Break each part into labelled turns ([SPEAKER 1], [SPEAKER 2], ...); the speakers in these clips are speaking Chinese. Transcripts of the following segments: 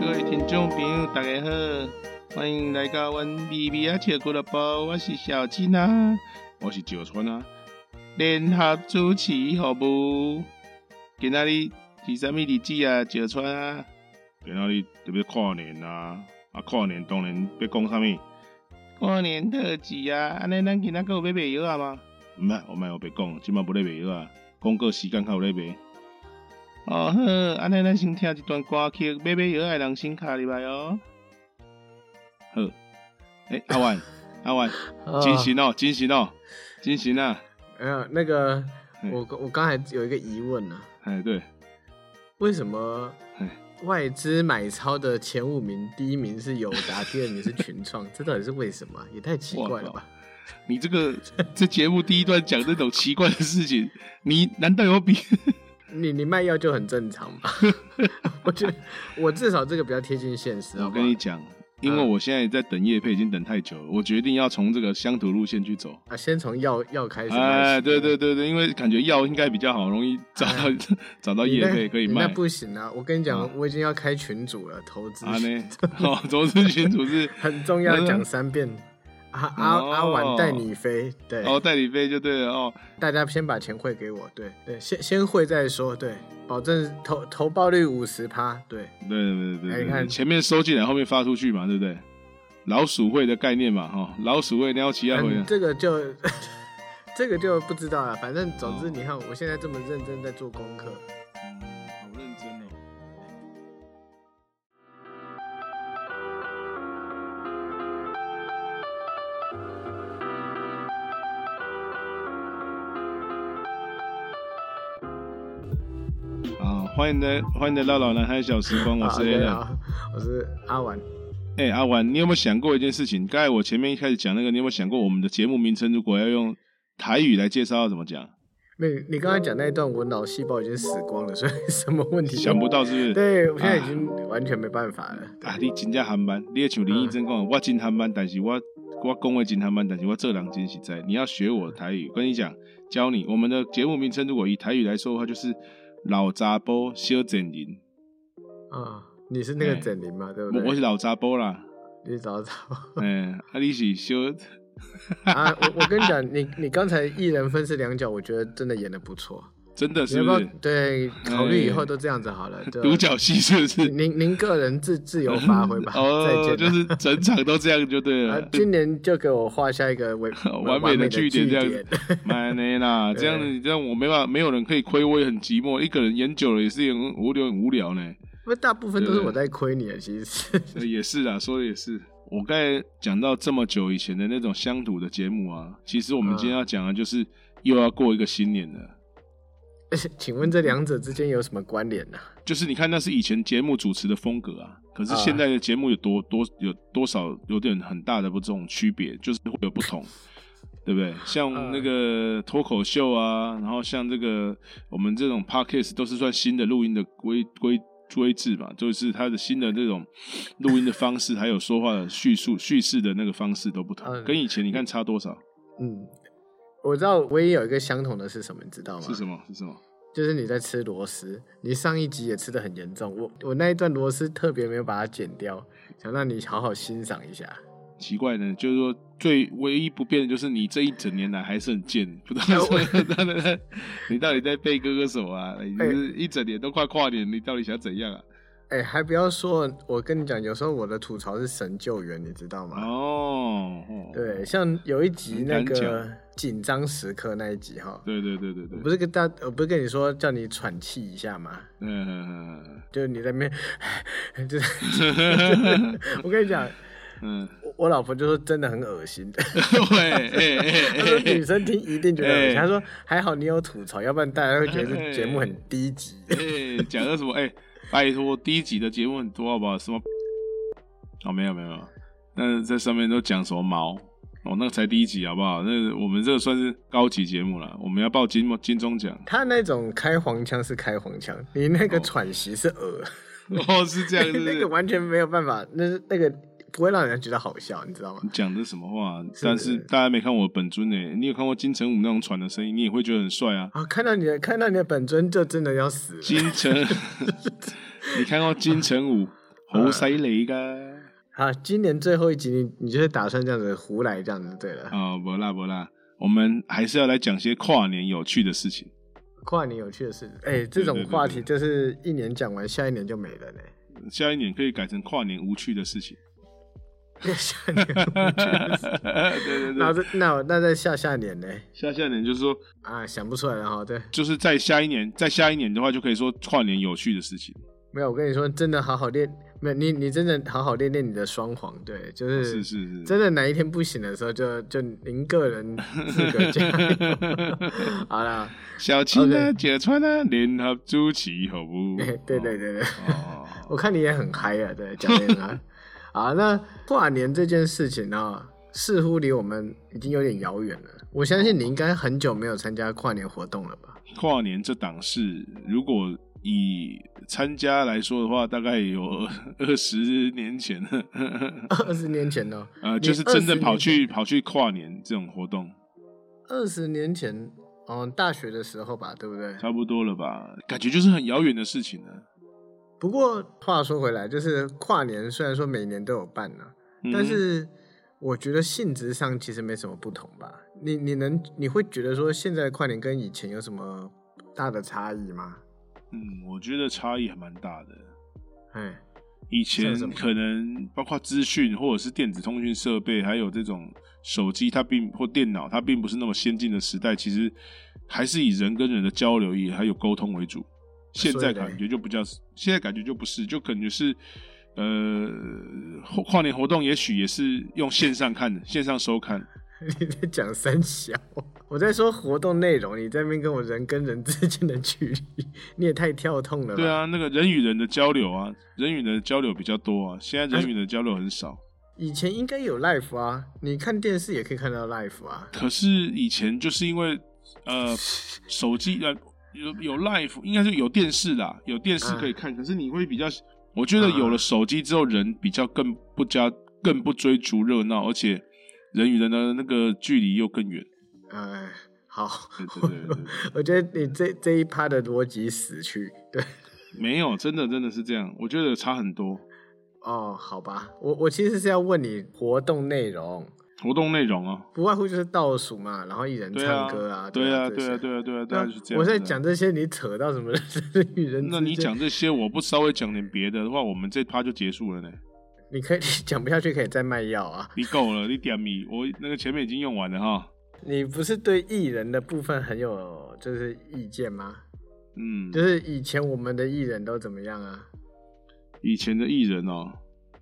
[SPEAKER 1] 各位听众朋友，大家好，欢迎来到阮咪咪啊笑俱乐部，我是小金啊，
[SPEAKER 2] 我是石川啊，
[SPEAKER 1] 联合主持服务。今仔日是啥物日子啊？石川啊，
[SPEAKER 2] 今仔日特别跨年啊，啊跨年当然要讲啥物，
[SPEAKER 1] 过年特辑啊，安尼咱今仔个有要卖药啊吗？
[SPEAKER 2] 毋捌我莫有白讲，即嘛无咧卖药啊，广告时间较有咧卖，
[SPEAKER 1] 哦好，安尼咱先听一段歌曲，买买药的人先卡入来哦。
[SPEAKER 2] 好，诶、阿万 阿万，精神哦，精神哦，精神啊，
[SPEAKER 3] 啊没有那个
[SPEAKER 2] 嗯，
[SPEAKER 3] 我我刚才有一个疑问呢、啊，
[SPEAKER 2] 哎对，
[SPEAKER 3] 为什么
[SPEAKER 2] 哎
[SPEAKER 3] 外资买超的前五名，第一名是友达，第二名是群创，这到底是为什么啊、也太奇怪了吧！
[SPEAKER 2] 你这个
[SPEAKER 1] 这节目第一段讲这种奇怪的事情，你难道有比？
[SPEAKER 3] 你你卖药就很正常 嘛，我觉得我至少这个比较贴近现实，好
[SPEAKER 2] 我
[SPEAKER 3] 不好
[SPEAKER 2] 跟你讲，因为
[SPEAKER 3] 嗯
[SPEAKER 2] 我现在在等叶配已经等太久了，我决定要从这个乡土路线去走。
[SPEAKER 3] 啊，先从药药开始。
[SPEAKER 2] 哎，对对，对对，因为感觉药应该比较好，容易找到、 找到
[SPEAKER 3] 哎你
[SPEAKER 2] 叶
[SPEAKER 3] 那
[SPEAKER 2] 配可以
[SPEAKER 3] 你
[SPEAKER 2] 卖
[SPEAKER 3] 那。不行啊！我跟你讲
[SPEAKER 2] 嗯，
[SPEAKER 3] 我已经要开群组了，投资
[SPEAKER 2] 啊呢，哦，投资群主 是
[SPEAKER 3] 很重要，讲三遍。阿阿阿
[SPEAKER 2] 哦
[SPEAKER 3] 婉带你飞，对，
[SPEAKER 2] 哦代理费就对了哦。
[SPEAKER 3] 大家先把钱汇给我，对对，先先汇再说，对，保证投投报率五十趴，对，
[SPEAKER 2] 对对对对
[SPEAKER 3] 哎
[SPEAKER 2] 对对，
[SPEAKER 3] 你看
[SPEAKER 2] 前面收进来，后面发出去嘛，对不对？老鼠会的概念嘛，哈、老鼠会撩起来回啊
[SPEAKER 3] 嗯，
[SPEAKER 2] 来。
[SPEAKER 3] 这个就 这个就不知道了，反正总
[SPEAKER 2] 哦
[SPEAKER 3] 之你看，我现在这么认真在做功课，
[SPEAKER 2] 好认真哦。啊，欢迎的，欢迎的到老男孩小时光，我
[SPEAKER 3] 好
[SPEAKER 2] 嗯是
[SPEAKER 3] OK，
[SPEAKER 2] A
[SPEAKER 3] 好，啊我是阿婉，
[SPEAKER 2] 哎、阿婉，你有没有想过一件事情？刚才我前面一开始讲那个，你有没有想过我们的节目名称如果要用台语来介绍，要怎么讲？
[SPEAKER 3] 没有，你刚才讲那一段，我脑细胞已经死光了，所以什么问题都
[SPEAKER 2] 想不，到是不是？
[SPEAKER 3] 对我现在已经完全没办法了，
[SPEAKER 2] 啊，你真正憨班，你也像
[SPEAKER 3] 嗯
[SPEAKER 2] 林义珍讲的，我真憨班，但是我我讲话真憨班，但是我这人真实在。你要学我台语，跟你讲，教你我们的节目名称，如果以台语来说的话，就是老杂波小整人，
[SPEAKER 3] 啊，你是那个
[SPEAKER 2] 哎
[SPEAKER 3] 整林嘛，对不
[SPEAKER 2] 我
[SPEAKER 3] 对？
[SPEAKER 2] 我是老杂波啦，
[SPEAKER 3] 你找 找
[SPEAKER 2] 嗯、啊你是小，
[SPEAKER 3] 啊，我我跟你讲，你你刚才一人分饰两角，我觉得真的演的不错。
[SPEAKER 2] 真的
[SPEAKER 3] 你
[SPEAKER 2] 是
[SPEAKER 3] 要不
[SPEAKER 2] 不
[SPEAKER 3] 要
[SPEAKER 2] 是？
[SPEAKER 3] 对考虑以后
[SPEAKER 2] 哎
[SPEAKER 3] 都这样子好了？对
[SPEAKER 2] 独角戏 是不是？
[SPEAKER 3] 您您个人自自由发挥 吧，再
[SPEAKER 2] 哦，
[SPEAKER 3] 见。
[SPEAKER 2] 就是 整场都这样就对
[SPEAKER 3] 啊
[SPEAKER 2] 了，，
[SPEAKER 3] 今年就给我画下一个完
[SPEAKER 2] 完美的
[SPEAKER 3] 的
[SPEAKER 2] 句点
[SPEAKER 3] 点
[SPEAKER 2] 这样子妈呢 啦，
[SPEAKER 3] 对
[SPEAKER 2] 这样子这样我没办法，没有人可以亏，我也很寂寞，一个人演久了也是很无聊，很无聊呢。
[SPEAKER 3] 不， 大部分都是我在亏你的，其实。
[SPEAKER 2] 呃也是啦，说的也是。我刚才讲到这么久以前的那种乡土的节目啊，其实我们今天要讲的就是又要过一个新年了。
[SPEAKER 3] 请问这两者之间有什么关联呢、
[SPEAKER 2] 就是你看，那是以前节目主持的风格啊，可是现在的节目有多多有多少有点很大的不这种区别，就是会有不同，对不对？像
[SPEAKER 3] 嗯
[SPEAKER 2] 那个脱口秀啊，然后像这个我们这种 podcast 都是算新的录音的规规规制嘛，就是它的新的这种录音的方式，还有说话的叙述叙事的那个方式都不同，
[SPEAKER 3] 嗯
[SPEAKER 2] 跟以前你看差多少？
[SPEAKER 3] 嗯，我知道唯一有一个相同的是什么，你知道吗？
[SPEAKER 2] 是什么？是什么？
[SPEAKER 3] 就是你在吃螺丝，你上一集也吃的很严重，我我那一段螺丝特别没有把它剪掉，想让你好好欣赏一下。
[SPEAKER 2] 奇怪呢，就是说最唯一不变的就是你这一整年来还是很贱， 不知道是他的他 你到底在背哥哥什么啊？你就是一整年都快跨年，你到底想怎样啊？
[SPEAKER 3] 哎、还不要说，我跟你讲，有时候我的吐槽是神救援，你知道吗？
[SPEAKER 2] 哦，哦
[SPEAKER 3] 对，像有一集那
[SPEAKER 2] 很
[SPEAKER 3] 个
[SPEAKER 2] 难
[SPEAKER 3] 紧张时刻那一集哈，
[SPEAKER 2] 对对对对
[SPEAKER 3] 我
[SPEAKER 2] 对，
[SPEAKER 3] 不
[SPEAKER 2] 是，
[SPEAKER 3] 是跟大，我不是跟你说叫你喘气一下吗？
[SPEAKER 2] 嗯
[SPEAKER 3] 就是你在那边， 就是我跟你讲，
[SPEAKER 2] 嗯，
[SPEAKER 3] 我我老婆就说真的很恶心，
[SPEAKER 2] 喂，哎
[SPEAKER 3] 她说
[SPEAKER 2] 哎
[SPEAKER 3] 女生听一定觉得恶
[SPEAKER 2] 哎
[SPEAKER 3] 心，她说还好你有吐槽，要不然大家会觉得这节目很低级。
[SPEAKER 2] 哎哎，讲的什么？哎，拜托，第一集的节目很多好不好？什么？哦，没有没有没有，那在上面都讲什么毛？哦，那个才第一集好不好？那我们这个算是高级节目了，我们要报金金钟奖。
[SPEAKER 3] 她那种开黄腔是开黄腔，你那个
[SPEAKER 2] 哦
[SPEAKER 3] 喘息是恶，
[SPEAKER 2] 哦，是这样，是不
[SPEAKER 3] 那
[SPEAKER 2] 是
[SPEAKER 3] 个完全没有办法，那是那个不会让人家觉得好笑，你知道吗
[SPEAKER 2] 你？讲的什么话？
[SPEAKER 3] 是
[SPEAKER 2] 但是大家没看我本尊呢、你有看过金城武那种喘的声音，你也会觉得很帅 啊。
[SPEAKER 3] 啊，看到你的 看到你的本尊就真的要死了。
[SPEAKER 2] 金城，你看过金城武好犀利噶。
[SPEAKER 3] 好，今年最后一集你你就是打算这样子胡来这样子就对了。
[SPEAKER 2] 啊、不啦不啦，我们还是要来讲些跨年有趣的事情。
[SPEAKER 3] 跨年有趣的事，哎、这种话题就是一年讲完，下一年就没了呢。
[SPEAKER 2] 下一年可以改成跨年无趣的 事情。
[SPEAKER 3] 下一年就不去了
[SPEAKER 2] 对对
[SPEAKER 3] 那
[SPEAKER 2] 对，
[SPEAKER 3] 这那那在下下年呢？
[SPEAKER 2] 下下年就是说，
[SPEAKER 3] 啊，想不出来了哈。对，
[SPEAKER 2] 就是在下一年，在下一年的话，就可以说跨年有趣的事情。
[SPEAKER 3] 没有，我跟你说，真的好好练，没有你你真的好好练练你的双簧。对，就是
[SPEAKER 2] 哦是是是，
[SPEAKER 3] 真的哪一天不行的时候就，就您个人自个加 油。好了，
[SPEAKER 2] 小青啊，
[SPEAKER 3] OK
[SPEAKER 2] 姐川啊，联合主持好不？
[SPEAKER 3] 对对对对对，
[SPEAKER 2] 哦。
[SPEAKER 3] 我看你也很嗨啊，对，讲的 很嗨。好，那跨年这件事情呢、似乎离我们已经有点遥远了。我相信你应该很久没有参加跨年活动了 吧？
[SPEAKER 2] 跨年这档事，如果以参加来说的话，大概有 二十年前 了，
[SPEAKER 3] 二十年前哦，
[SPEAKER 2] 呃，
[SPEAKER 3] 你
[SPEAKER 2] 就是真正跑
[SPEAKER 3] 20
[SPEAKER 2] 去
[SPEAKER 3] 年
[SPEAKER 2] 跑去跨年这种活动，
[SPEAKER 3] 二十年前，嗯，大学的时候吧，对不对？
[SPEAKER 2] 差不多了吧？感觉就是很遥远的事情了。
[SPEAKER 3] 不过话说回来，就是跨年虽然说每年都有办啊呢、
[SPEAKER 2] 嗯
[SPEAKER 3] 但是我觉得性质上其实没什么不同吧。你你能你会觉得说现在的跨年跟以前有什么大的差异吗？
[SPEAKER 2] 嗯，我觉得差异还蛮大的。
[SPEAKER 3] 哎，
[SPEAKER 2] 以前
[SPEAKER 3] 像什么
[SPEAKER 2] 可能包括资讯或者是电子通讯设备，还有这种手机，它并或电脑，它并不是那么先进的时代，其实还是以人跟人的交流也还有沟通为主。现在
[SPEAKER 3] 啊所以嘞
[SPEAKER 2] 感觉就不叫，现在感觉就不是，就感觉是呃或跨年活动，也许也是用线上看的，线上收看。
[SPEAKER 3] 你在讲三小，我在说活动内容，你在那边跟我人跟人之间的距离，你也太跳痛了吧？
[SPEAKER 2] 对，啊，那个人与人的交流啊，人与人的交流比较多啊，现在人与人的交流很少。
[SPEAKER 3] 以前应该有 live 啊，你看电视也可以看到 live 啊。
[SPEAKER 2] 可是以前就是因为呃手机呃有有 live，应该是有电视啦，有电视
[SPEAKER 3] 嗯
[SPEAKER 2] 可以看。可是你会比较，我觉得有了手机之后，人比较更不加更不追逐热闹，而且人与人的那个距离又更 远。
[SPEAKER 3] 哎，好，
[SPEAKER 2] 对对对对对，
[SPEAKER 3] 我觉得你这这一趴的逻辑死去，对。
[SPEAKER 2] 没有，真的真的是这样，我觉得差很多。
[SPEAKER 3] 哦，好吧，我我其实是要问你活动内容，
[SPEAKER 2] 活动内容啊，
[SPEAKER 3] 不外乎就是倒数嘛，然后艺人
[SPEAKER 2] 对啊
[SPEAKER 3] 唱歌啊，，
[SPEAKER 2] 对啊，
[SPEAKER 3] 啊，
[SPEAKER 2] 对啊，对啊，对啊，大
[SPEAKER 3] 那
[SPEAKER 2] 家是这样。
[SPEAKER 3] 我在讲，这些，你扯到什么 人与人？
[SPEAKER 2] 那你，讲这些，我不稍微讲点别的的话，我们这趴就结束了呢。
[SPEAKER 3] 你可以你讲不下去，可以再卖药啊。
[SPEAKER 2] 你够了，你点米，我那个前面已经用完了哈。
[SPEAKER 3] 你不是对艺人的部分很有就是意见吗？
[SPEAKER 2] 嗯，
[SPEAKER 3] 就是以前我们的艺人都怎么样啊？
[SPEAKER 2] 以前的艺人哦，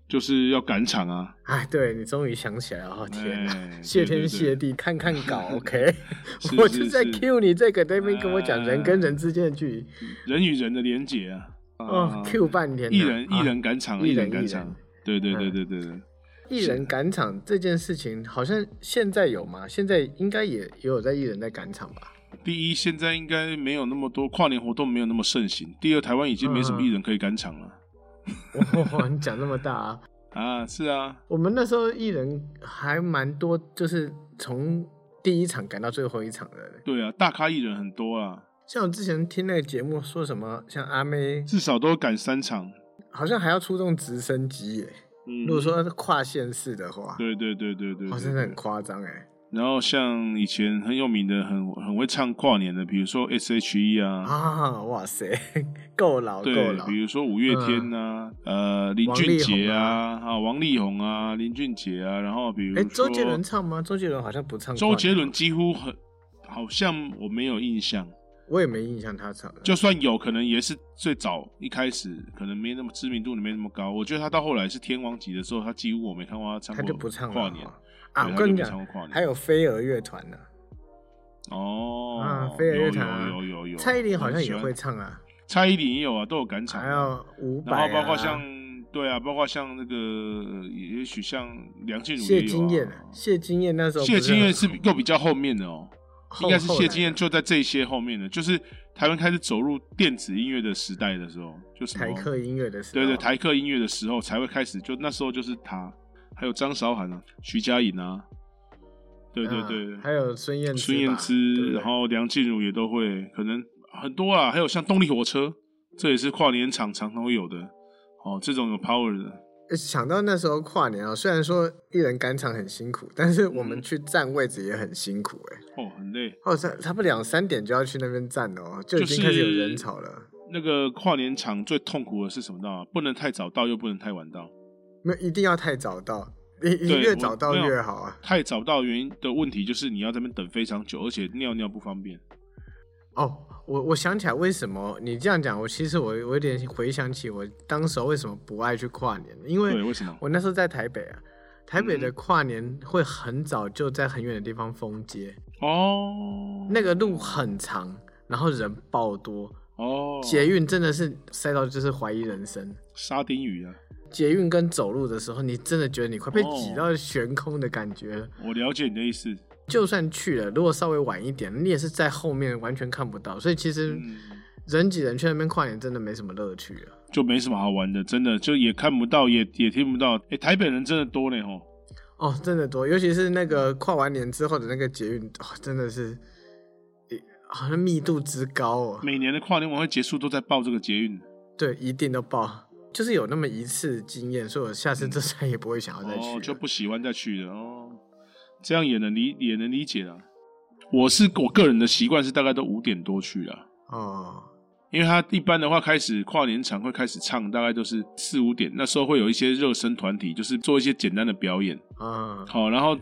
[SPEAKER 2] 就是要赶场啊，
[SPEAKER 3] 哎，对你终于想起来了，哦天哪，
[SPEAKER 2] 哎
[SPEAKER 3] 谢
[SPEAKER 2] 对对
[SPEAKER 3] 天
[SPEAKER 2] 对
[SPEAKER 3] 谢地，看看 稿，OK，
[SPEAKER 2] 是
[SPEAKER 3] 我
[SPEAKER 2] 是
[SPEAKER 3] 就在
[SPEAKER 2] 是啊
[SPEAKER 3] cue 你这个，对面跟我讲人跟人之间的距离，
[SPEAKER 2] 人与人的连结啊。
[SPEAKER 3] 哦
[SPEAKER 2] 啊
[SPEAKER 3] ，Q 半天
[SPEAKER 2] 艺
[SPEAKER 3] 呐，
[SPEAKER 2] 人
[SPEAKER 3] 啊
[SPEAKER 2] 艺人赶场，
[SPEAKER 3] 艺
[SPEAKER 2] 艺
[SPEAKER 3] 人
[SPEAKER 2] 人赶
[SPEAKER 3] 艺人嗯
[SPEAKER 2] 场，对对对对对对。
[SPEAKER 3] 艺人赶场这件事情，好像现在有吗？现在应该也也有在艺人在赶场吧？
[SPEAKER 2] 第一，现在应该没有那么多跨年活动，没有那么盛行。第二，台湾已经没什
[SPEAKER 3] 嗯
[SPEAKER 2] 么艺人可以赶场了
[SPEAKER 3] 哇，你讲那么大啊！
[SPEAKER 2] 啊。是啊，
[SPEAKER 3] 我们那时候艺人还蛮多，就是从第一场赶到最后一场的。
[SPEAKER 2] 对啊，大咖艺人很多啊，
[SPEAKER 3] 像我之前听那个节目说什么，像阿妹
[SPEAKER 2] 至少都赶三场。
[SPEAKER 3] 好像还要出动直升机耶。
[SPEAKER 2] 嗯
[SPEAKER 3] 如果说跨县市的话，
[SPEAKER 2] 对对对对对，
[SPEAKER 3] 哇，
[SPEAKER 2] 对
[SPEAKER 3] 真的
[SPEAKER 2] 对
[SPEAKER 3] 很夸张哎！
[SPEAKER 2] 然后像以前很有名的、很很会唱跨年的，比如说 S.H.E 啊，
[SPEAKER 3] 啊，哇塞， 够老够
[SPEAKER 2] 对
[SPEAKER 3] 老，，
[SPEAKER 2] 比如说五月天呐、呃，林俊杰啊，啊，王力宏啊，林俊杰啊，然后比如
[SPEAKER 3] 哎，
[SPEAKER 2] 说
[SPEAKER 3] 周杰伦，唱吗？周杰伦好像不唱。
[SPEAKER 2] 周杰伦，几乎很，好像我没有印
[SPEAKER 3] 嗯
[SPEAKER 2] 象，
[SPEAKER 3] 我也没印象他唱。
[SPEAKER 2] 就算有可能也是最早一开始可能没那么知名度，没那么高。我觉得他到后来是天王级的时候，他几乎我没看过他唱
[SPEAKER 3] 他
[SPEAKER 2] 过
[SPEAKER 3] 就不唱了
[SPEAKER 2] 跨年
[SPEAKER 3] 哦啊！
[SPEAKER 2] 对他
[SPEAKER 3] 我
[SPEAKER 2] 就
[SPEAKER 3] 跟你
[SPEAKER 2] 没
[SPEAKER 3] 讲
[SPEAKER 2] 唱过跨，年
[SPEAKER 3] 还有飞儿乐团呢，
[SPEAKER 2] 哦，
[SPEAKER 3] 啊飞儿乐团啊
[SPEAKER 2] 有有有有有，
[SPEAKER 3] 蔡依林好像
[SPEAKER 2] 我很喜
[SPEAKER 3] 也
[SPEAKER 2] 欢
[SPEAKER 3] 会，唱啊，
[SPEAKER 2] 蔡依林也有啊，都有赶场啊，
[SPEAKER 3] 还有伍佰啊，
[SPEAKER 2] 然后包括像对啊，包括像那个，也也许像梁静茹也有、
[SPEAKER 3] 谢
[SPEAKER 2] 啊、
[SPEAKER 3] 金燕啊，谢金燕那时候不
[SPEAKER 2] 谢金燕
[SPEAKER 3] 很
[SPEAKER 2] 是又比较后面的哦，
[SPEAKER 3] 后
[SPEAKER 2] 应该是谢金燕
[SPEAKER 3] 后
[SPEAKER 2] 就在这些后面的，就是台湾开始走入电子音乐的时代的时候，就什么
[SPEAKER 3] 来的台客音乐的时候，
[SPEAKER 2] 对对台客音乐的时候才会开始，就那时候就是他，还有张韶涵啊，徐佳莹啊，对对
[SPEAKER 3] 嗯
[SPEAKER 2] 对，
[SPEAKER 3] 还有孙燕姿吧
[SPEAKER 2] 孙燕
[SPEAKER 3] 对不
[SPEAKER 2] 姿，
[SPEAKER 3] 对
[SPEAKER 2] 然后梁静茹也都会，可能很多啊，还有像动力火车，这也是跨年场常常会有的。哦，这种有 power 的，
[SPEAKER 3] 呃想到那时候跨年啊、虽然说一人赶场很辛苦，但是我
[SPEAKER 2] 嗯
[SPEAKER 3] 们去占位置也很辛苦哎、
[SPEAKER 2] 哦，很累。
[SPEAKER 3] 哦，差差不多两三点就要去那边站了哦，就已经
[SPEAKER 2] 就是
[SPEAKER 3] 开始有人潮了。
[SPEAKER 2] 那个跨年场最痛苦的是什么？知道吗？啊不能太早到，又不能太晚到。
[SPEAKER 3] 没有，一定要太早到，你你
[SPEAKER 2] 对
[SPEAKER 3] 越
[SPEAKER 2] 我
[SPEAKER 3] 早到
[SPEAKER 2] 没有
[SPEAKER 3] 越好啊。
[SPEAKER 2] 太早到的原因的问题就是你要在那边等非常久，而且尿尿不方便。
[SPEAKER 3] 哦，我我想起来为什么你这样讲，我其实我我有点回想起我当时候为什么不爱去跨年，因
[SPEAKER 2] 对，嗯
[SPEAKER 3] 为
[SPEAKER 2] 为什么？
[SPEAKER 3] 我那时候在台北啊，台北的跨年会很早就在很远的地方封街，
[SPEAKER 2] 哦，
[SPEAKER 3] 那个路很长，然后人爆多，
[SPEAKER 2] 哦，
[SPEAKER 3] 捷运真的是塞到就是怀疑人生。
[SPEAKER 2] 沙丁鱼啊，
[SPEAKER 3] 捷运跟走路的时候，你真的觉得你快被挤
[SPEAKER 2] 哦
[SPEAKER 3] 到悬空的感觉了。
[SPEAKER 2] 我了解你的意思。
[SPEAKER 3] 就算去了，如果稍微晚一点，你也是在后面完全看不到，所以其实
[SPEAKER 2] 嗯，
[SPEAKER 3] 人挤人去那边跨年真的没什么乐趣了。
[SPEAKER 2] 就没什么好玩的，真的就也看不到，也也听不到。哎、台北人真的多呢吼。
[SPEAKER 3] 哦，真的多，尤其是那个跨完年之后的那个捷运，哦，真的是，诶好像密度之高哦。
[SPEAKER 2] 每年的跨年晚会结束都在报这个捷运，
[SPEAKER 3] 对，一定都爆，就是有那么一次经验，所以我下次就再也不会想要再去了、
[SPEAKER 2] 嗯哦，就不喜欢再去了哦。这样也能理也能理解啦。我是我个人的习惯是大概都五点多去啦，
[SPEAKER 3] 哦，
[SPEAKER 2] 因为他一般的话开始跨年场会开始唱，大概都是四五点，那时候会有一些热身团体，就是做一些简单的表演。
[SPEAKER 3] 嗯，
[SPEAKER 2] 好，然后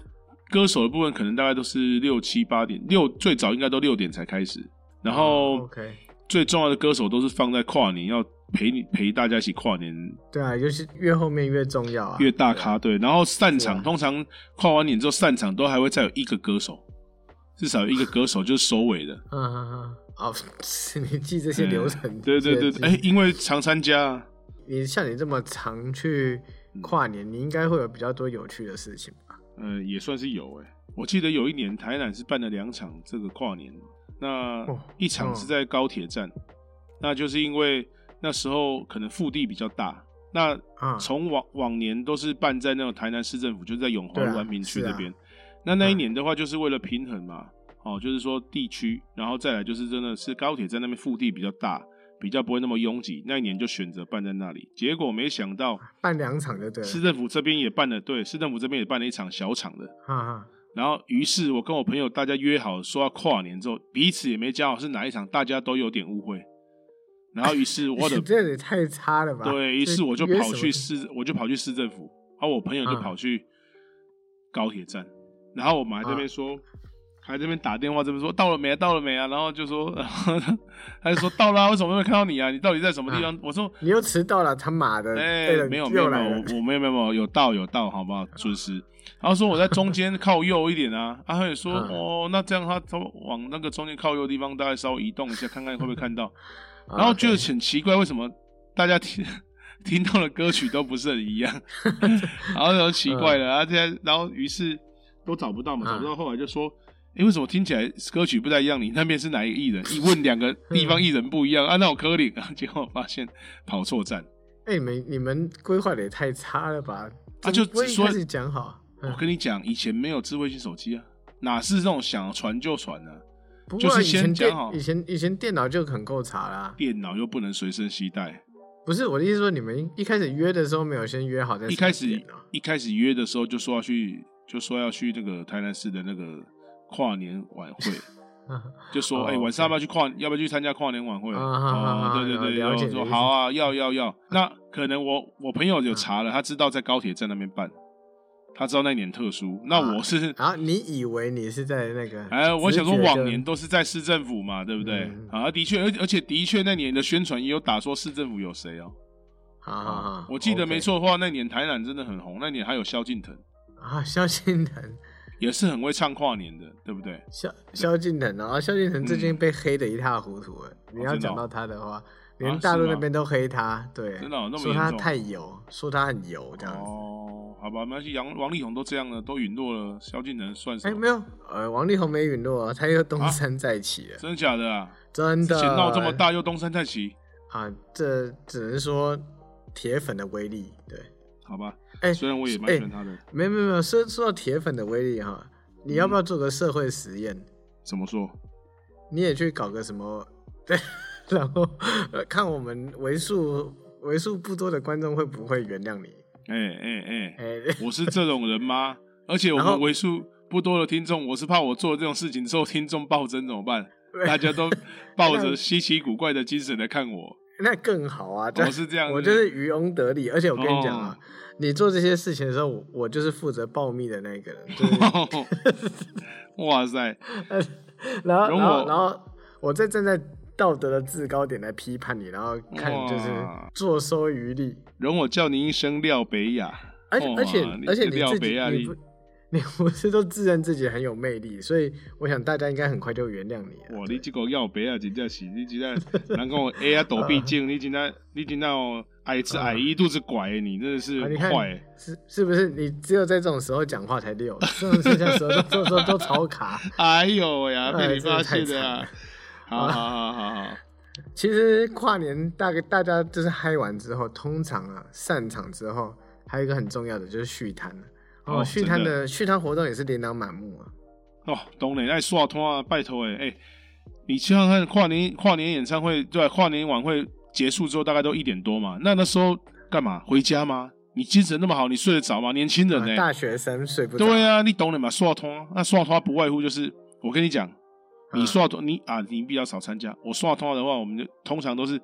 [SPEAKER 2] 歌手的部分可能大概都是六七八点，六最早应该都六点才开始。然
[SPEAKER 3] 哦
[SPEAKER 2] 后
[SPEAKER 3] ，OK，
[SPEAKER 2] 最重要的歌手都是放在跨年，要陪你陪大家一起跨年，
[SPEAKER 3] 对啊，就是越后面越重要啊，
[SPEAKER 2] 越大咖对。然后散
[SPEAKER 3] 是啊
[SPEAKER 2] 场通常跨完年之后散场都还会再有一个歌手，至少有一个歌手就是收尾的。
[SPEAKER 3] 嗯，嗯嗯，哦，你记这些流程，
[SPEAKER 2] 嗯 对对对
[SPEAKER 3] 记
[SPEAKER 2] 对，哎、因为常参加啊，
[SPEAKER 3] 你像你这么常去
[SPEAKER 2] 嗯
[SPEAKER 3] 跨年，你应该会有比较多有趣的事情吧？
[SPEAKER 2] 呃，也算是有哎、我记得有一年台南是办了两场这个跨年，那
[SPEAKER 3] 哦
[SPEAKER 2] 一场是在高铁站，那就是因为那时候可能腹地比较大，那
[SPEAKER 3] 啊，
[SPEAKER 2] 从往往年都是办在那种台南市政府，就是在永华
[SPEAKER 3] 对啊
[SPEAKER 2] 路安平区
[SPEAKER 3] 是啊
[SPEAKER 2] 那边。那那一
[SPEAKER 3] 嗯
[SPEAKER 2] 年的话，就是为了平衡嘛，哦，就是说地区，然后再来就是真的是高铁站那边腹地比较大，比较不会那么拥挤。那一年就选择办在那里，结果没想到
[SPEAKER 3] 办两场就对了
[SPEAKER 2] 市，政府这边也办了，对，市政府这边也办了一场小场的。
[SPEAKER 3] 哈哈，
[SPEAKER 2] 然后，于是我跟我朋友大家约好说要跨年之后，彼此也没讲好是哪一场，大家都有点误会。然后，于是我的
[SPEAKER 3] 这也太差了吧？
[SPEAKER 2] 对，于是我就
[SPEAKER 3] 约
[SPEAKER 2] 跑
[SPEAKER 3] 什么
[SPEAKER 2] 去市，我就跑去市政府，然后我朋友就
[SPEAKER 3] 嗯
[SPEAKER 2] 跑去高铁站，然后我们还这
[SPEAKER 3] 嗯
[SPEAKER 2] 边说，还这边打电话这边说到了没啊，到了没啊，然后就说， 然后他就说到了、啊，为什么没有看到你啊？你到底在什么地方？我说。
[SPEAKER 3] 你又迟到了，他妈的！
[SPEAKER 2] 哎、
[SPEAKER 3] 嗯呃被人
[SPEAKER 2] 没有没有
[SPEAKER 3] 又
[SPEAKER 2] 没
[SPEAKER 3] 来
[SPEAKER 2] 有，
[SPEAKER 3] 了，
[SPEAKER 2] 我我没有没有没有有到有到，好不好？准时。然后说我在中间靠右一点啊，啊，他也说、
[SPEAKER 3] 嗯
[SPEAKER 2] 哦，那这样他他往那个中间靠右的地方大概稍微移动一下，看看会不会看到。
[SPEAKER 3] 啊
[SPEAKER 2] 然后觉得
[SPEAKER 3] OK
[SPEAKER 2] 很奇怪，为什么大家听听到的歌曲都不是很一 样？然后就奇怪了，然后现在，然后于是都找不到嘛，
[SPEAKER 3] 嗯
[SPEAKER 2] 找不到，后来就说。诶，为什么听起来歌曲不太一样？你那边是哪一个艺人？一问两 个地
[SPEAKER 3] 嗯
[SPEAKER 2] 方艺人不一样啊，那我柯林啊，结果发现跑错站。
[SPEAKER 3] 哎、你们你们规划的也太差了吧？
[SPEAKER 2] 啊
[SPEAKER 3] 怎么
[SPEAKER 2] 就
[SPEAKER 3] 不会
[SPEAKER 2] 只
[SPEAKER 3] 一
[SPEAKER 2] 说
[SPEAKER 3] 开始讲好，嗯
[SPEAKER 2] 我跟你讲，以前没有智慧型手机啊，哪是这种想传就传啊？
[SPEAKER 3] 不
[SPEAKER 2] 就
[SPEAKER 3] 过
[SPEAKER 2] 是
[SPEAKER 3] 以前
[SPEAKER 2] 先讲
[SPEAKER 3] 电
[SPEAKER 2] 好
[SPEAKER 3] 以前以前电脑就很够查啦、
[SPEAKER 2] 电脑又不能随身携带，
[SPEAKER 3] 不是我的意思说，你们一开始约的时候没有先约好在
[SPEAKER 2] 一开
[SPEAKER 3] 什么
[SPEAKER 2] 始
[SPEAKER 3] 点啊
[SPEAKER 2] 一开始约的时候就说要去，就说要去那个台南市的那个跨年晚 会，就说
[SPEAKER 3] 哦
[SPEAKER 2] 哎、
[SPEAKER 3] ，OK
[SPEAKER 2] 晚上要不要去跨，要不要去参加跨年晚会？
[SPEAKER 3] 啊哈哈
[SPEAKER 2] 哦，
[SPEAKER 3] 哈
[SPEAKER 2] 对对对，
[SPEAKER 3] 了
[SPEAKER 2] 然
[SPEAKER 3] 解
[SPEAKER 2] 后
[SPEAKER 3] 了
[SPEAKER 2] 说
[SPEAKER 3] 解
[SPEAKER 2] 好啊，要要 要。那可能我我朋
[SPEAKER 3] 嗯
[SPEAKER 2] 友有查了，他知道在高铁站那边办，他知道那一年特殊。那
[SPEAKER 3] 啊
[SPEAKER 2] 我是
[SPEAKER 3] 然后你以为你是在那个？
[SPEAKER 2] 哎，我想说
[SPEAKER 3] 直觉
[SPEAKER 2] 往
[SPEAKER 3] 就
[SPEAKER 2] 年都是在市政府嘛，对不对
[SPEAKER 3] 嗯？
[SPEAKER 2] 啊，的确，而而且的确那年的宣传也有打说市政府有谁哦。
[SPEAKER 3] 好好好，
[SPEAKER 2] 我记得
[SPEAKER 3] 啊 OK
[SPEAKER 2] 没错的话，那年台南真的很红，那年还有萧敬腾，
[SPEAKER 3] 啊，萧敬腾，
[SPEAKER 2] 也是很会唱跨年的，对不对？
[SPEAKER 3] 萧萧敬腾啊，萧敬腾最近被黑的一塌糊涂了。你要
[SPEAKER 2] 真嗯的哦啊
[SPEAKER 3] 讲到他的话，连大陆
[SPEAKER 2] 是吗
[SPEAKER 3] 那边都黑他，对，
[SPEAKER 2] 真的哦那么
[SPEAKER 3] 说
[SPEAKER 2] 严
[SPEAKER 3] 他
[SPEAKER 2] 重
[SPEAKER 3] 太油，说他很油这样子。
[SPEAKER 2] 哦，好吧，没关系，杨王力宏都这样了，都陨落了，萧敬腾算什
[SPEAKER 3] 哎，
[SPEAKER 2] 么？
[SPEAKER 3] 没有，呃，王力宏没陨落，他又东山再起了，
[SPEAKER 2] 真的假的啊？
[SPEAKER 3] 真
[SPEAKER 2] 之
[SPEAKER 3] 的。
[SPEAKER 2] 前闹这么大，又东山再起，
[SPEAKER 3] 啊，这只能说铁粉的威力，对。
[SPEAKER 2] 好吧？
[SPEAKER 3] 哎，
[SPEAKER 2] 虽然我也蛮
[SPEAKER 3] 哎
[SPEAKER 2] 喜欢他的，
[SPEAKER 3] 没有没有没有，说说到铁粉的威力哈，你要不
[SPEAKER 2] 嗯
[SPEAKER 3] 要做个社会实验？
[SPEAKER 2] 怎么说？
[SPEAKER 3] 你也去搞个什么，对，然后、呃、看我们为数为数不多的观众会不会原谅你？
[SPEAKER 2] 哎哎哎，
[SPEAKER 3] 哎、
[SPEAKER 2] 我是这种人吗？而且我
[SPEAKER 3] 然
[SPEAKER 2] 们
[SPEAKER 3] 后
[SPEAKER 2] 为数不多的听众，我是怕我做这种事情之后听众暴增怎么办？大家 都抱着稀奇古怪的精神来看我，
[SPEAKER 3] 那更好啊！
[SPEAKER 2] 我哦是这样子哦
[SPEAKER 3] 我就是渔翁得利。而且我跟你讲啊，你做这些事情的时候，我我就是负责保密的那一个人。 就 是
[SPEAKER 2] 哇塞，
[SPEAKER 3] 然后，
[SPEAKER 2] 容
[SPEAKER 3] 然后，
[SPEAKER 2] 我
[SPEAKER 3] 然后，我再站在道德的制高点来批判你，然后看
[SPEAKER 2] 哇
[SPEAKER 3] 就是坐收渔利。
[SPEAKER 2] 容我叫你一声廖北亚，
[SPEAKER 3] 而且，
[SPEAKER 2] 哇
[SPEAKER 3] 而且
[SPEAKER 2] 你，
[SPEAKER 3] 而且
[SPEAKER 2] 这
[SPEAKER 3] 你
[SPEAKER 2] 廖
[SPEAKER 3] 自
[SPEAKER 2] 北
[SPEAKER 3] 己
[SPEAKER 2] 亚，
[SPEAKER 3] 你
[SPEAKER 2] 你
[SPEAKER 3] 不，你不是都自认自己很有魅力，所以我想大家应该很快就原谅你了。
[SPEAKER 2] 哇，你这个廖北亚真正是，你真正人讲 A 啊躲避镜，你真正你真正哦矮子矮一肚子拐，你真的是
[SPEAKER 3] 啊，你看
[SPEAKER 2] 坏。
[SPEAKER 3] 是是不是？你只有在这种时候讲话才溜，这种事情的时候都都都都超卡。
[SPEAKER 2] 哎呦 呀，
[SPEAKER 3] 哎
[SPEAKER 2] 被你
[SPEAKER 3] 真的
[SPEAKER 2] 发
[SPEAKER 3] 太
[SPEAKER 2] 现啊了
[SPEAKER 3] 惨了
[SPEAKER 2] 呀！好好好好好，
[SPEAKER 3] 其实跨年大概大家就是嗨完之后，通常啊散场之后，还有一个很重要的就是续摊了哦，
[SPEAKER 2] 哦
[SPEAKER 3] 续摊
[SPEAKER 2] 真
[SPEAKER 3] 的续摊活动也是琳琅满目啊。
[SPEAKER 2] 哦，懂嘞，爱刷通啊，拜托哎哎，你去看看跨年跨年演唱会，对吧，啊跨年晚会结束之后大概都一点多嘛，那那时候干嘛？回家吗？你精神那么好，你睡得着吗？年轻人
[SPEAKER 3] 啊
[SPEAKER 2] 呢、
[SPEAKER 3] 大学生睡不着。
[SPEAKER 2] 欸对啊，你懂的嘛，刷通，那刷通不外乎就是，我跟你讲，
[SPEAKER 3] 嗯
[SPEAKER 2] 你刷通你啊，你比较少参加，我刷通的话，我们就通常都是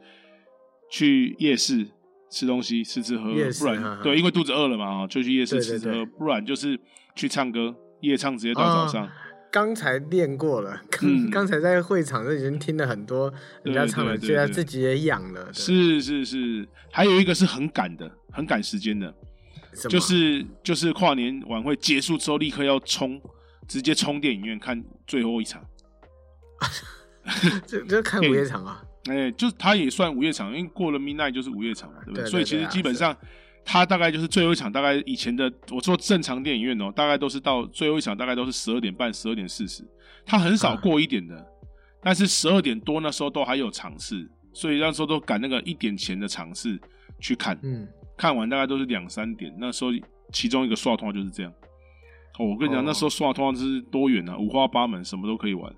[SPEAKER 2] 去夜市吃东西，吃吃喝喝
[SPEAKER 3] 夜，市
[SPEAKER 2] 不然
[SPEAKER 3] 哈哈
[SPEAKER 2] 对，因为肚子饿了嘛，哦就去夜市
[SPEAKER 3] 对
[SPEAKER 2] 吃吃
[SPEAKER 3] 对对
[SPEAKER 2] 喝，不然就是去唱歌，夜唱直接到早
[SPEAKER 3] 啊
[SPEAKER 2] 上。
[SPEAKER 3] 刚才练过了，刚
[SPEAKER 2] 嗯
[SPEAKER 3] 刚才在会场就已经听了很多人家唱了，
[SPEAKER 2] 对对对
[SPEAKER 3] 觉得
[SPEAKER 2] 对
[SPEAKER 3] 自己也痒了。对
[SPEAKER 2] 是是是，还有一个是很赶的，很赶时间的，
[SPEAKER 3] 什么
[SPEAKER 2] 就是就是跨年晚会结束之后立刻要冲，直接冲电影院看最后一场。
[SPEAKER 3] 就就看午夜场啊。
[SPEAKER 2] 哎、就他也算午夜场，因为过了 midnight 就是午夜场嘛，对不
[SPEAKER 3] 对对
[SPEAKER 2] 所以其
[SPEAKER 3] 对
[SPEAKER 2] 实
[SPEAKER 3] 啊
[SPEAKER 2] 基本上，他大概就是最后一场，大概以前的我说正常电影院哦、大概都是到最后一场，大概都是十二点半、十二点四十，他很少
[SPEAKER 3] 啊
[SPEAKER 2] 过一点的，但是十二点多那时候都还有场次，所以那时候都赶那个一点前的场次去看，
[SPEAKER 3] 嗯，
[SPEAKER 2] 看完大概都是两三点，那时候其中一个刷通话就是这样。哦，我跟你讲，
[SPEAKER 3] 哦
[SPEAKER 2] 那时候刷通话就是多远啊，五花八门，什么都可以玩。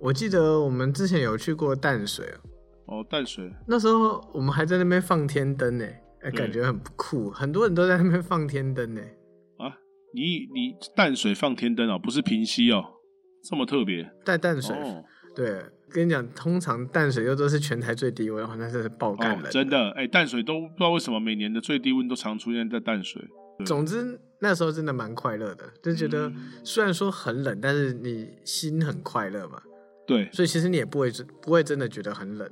[SPEAKER 3] 我记得我们之前有去过淡水哦，
[SPEAKER 2] 哦，淡水，
[SPEAKER 3] 那时候我们还在那边放天灯呢、
[SPEAKER 2] 对
[SPEAKER 3] 哎感觉很酷，很多人都在那边放天灯呢、
[SPEAKER 2] 啊，你你淡水放天灯哦，不是平溪哦，这么特别
[SPEAKER 3] 在淡水，
[SPEAKER 2] 哦
[SPEAKER 3] 对，跟你讲，通常淡水又都是全台最低温，哇，那真是爆干
[SPEAKER 2] 哦
[SPEAKER 3] 了、，
[SPEAKER 2] 真。的哎、淡水都不知道为什么每年的最低温都常出现在淡水，
[SPEAKER 3] 总之那时候真的蛮快乐的，就觉
[SPEAKER 2] 嗯
[SPEAKER 3] 得虽然说很冷，但是你心很快乐嘛，
[SPEAKER 2] 对，
[SPEAKER 3] 所以其实你也不会真不会真的觉得很冷，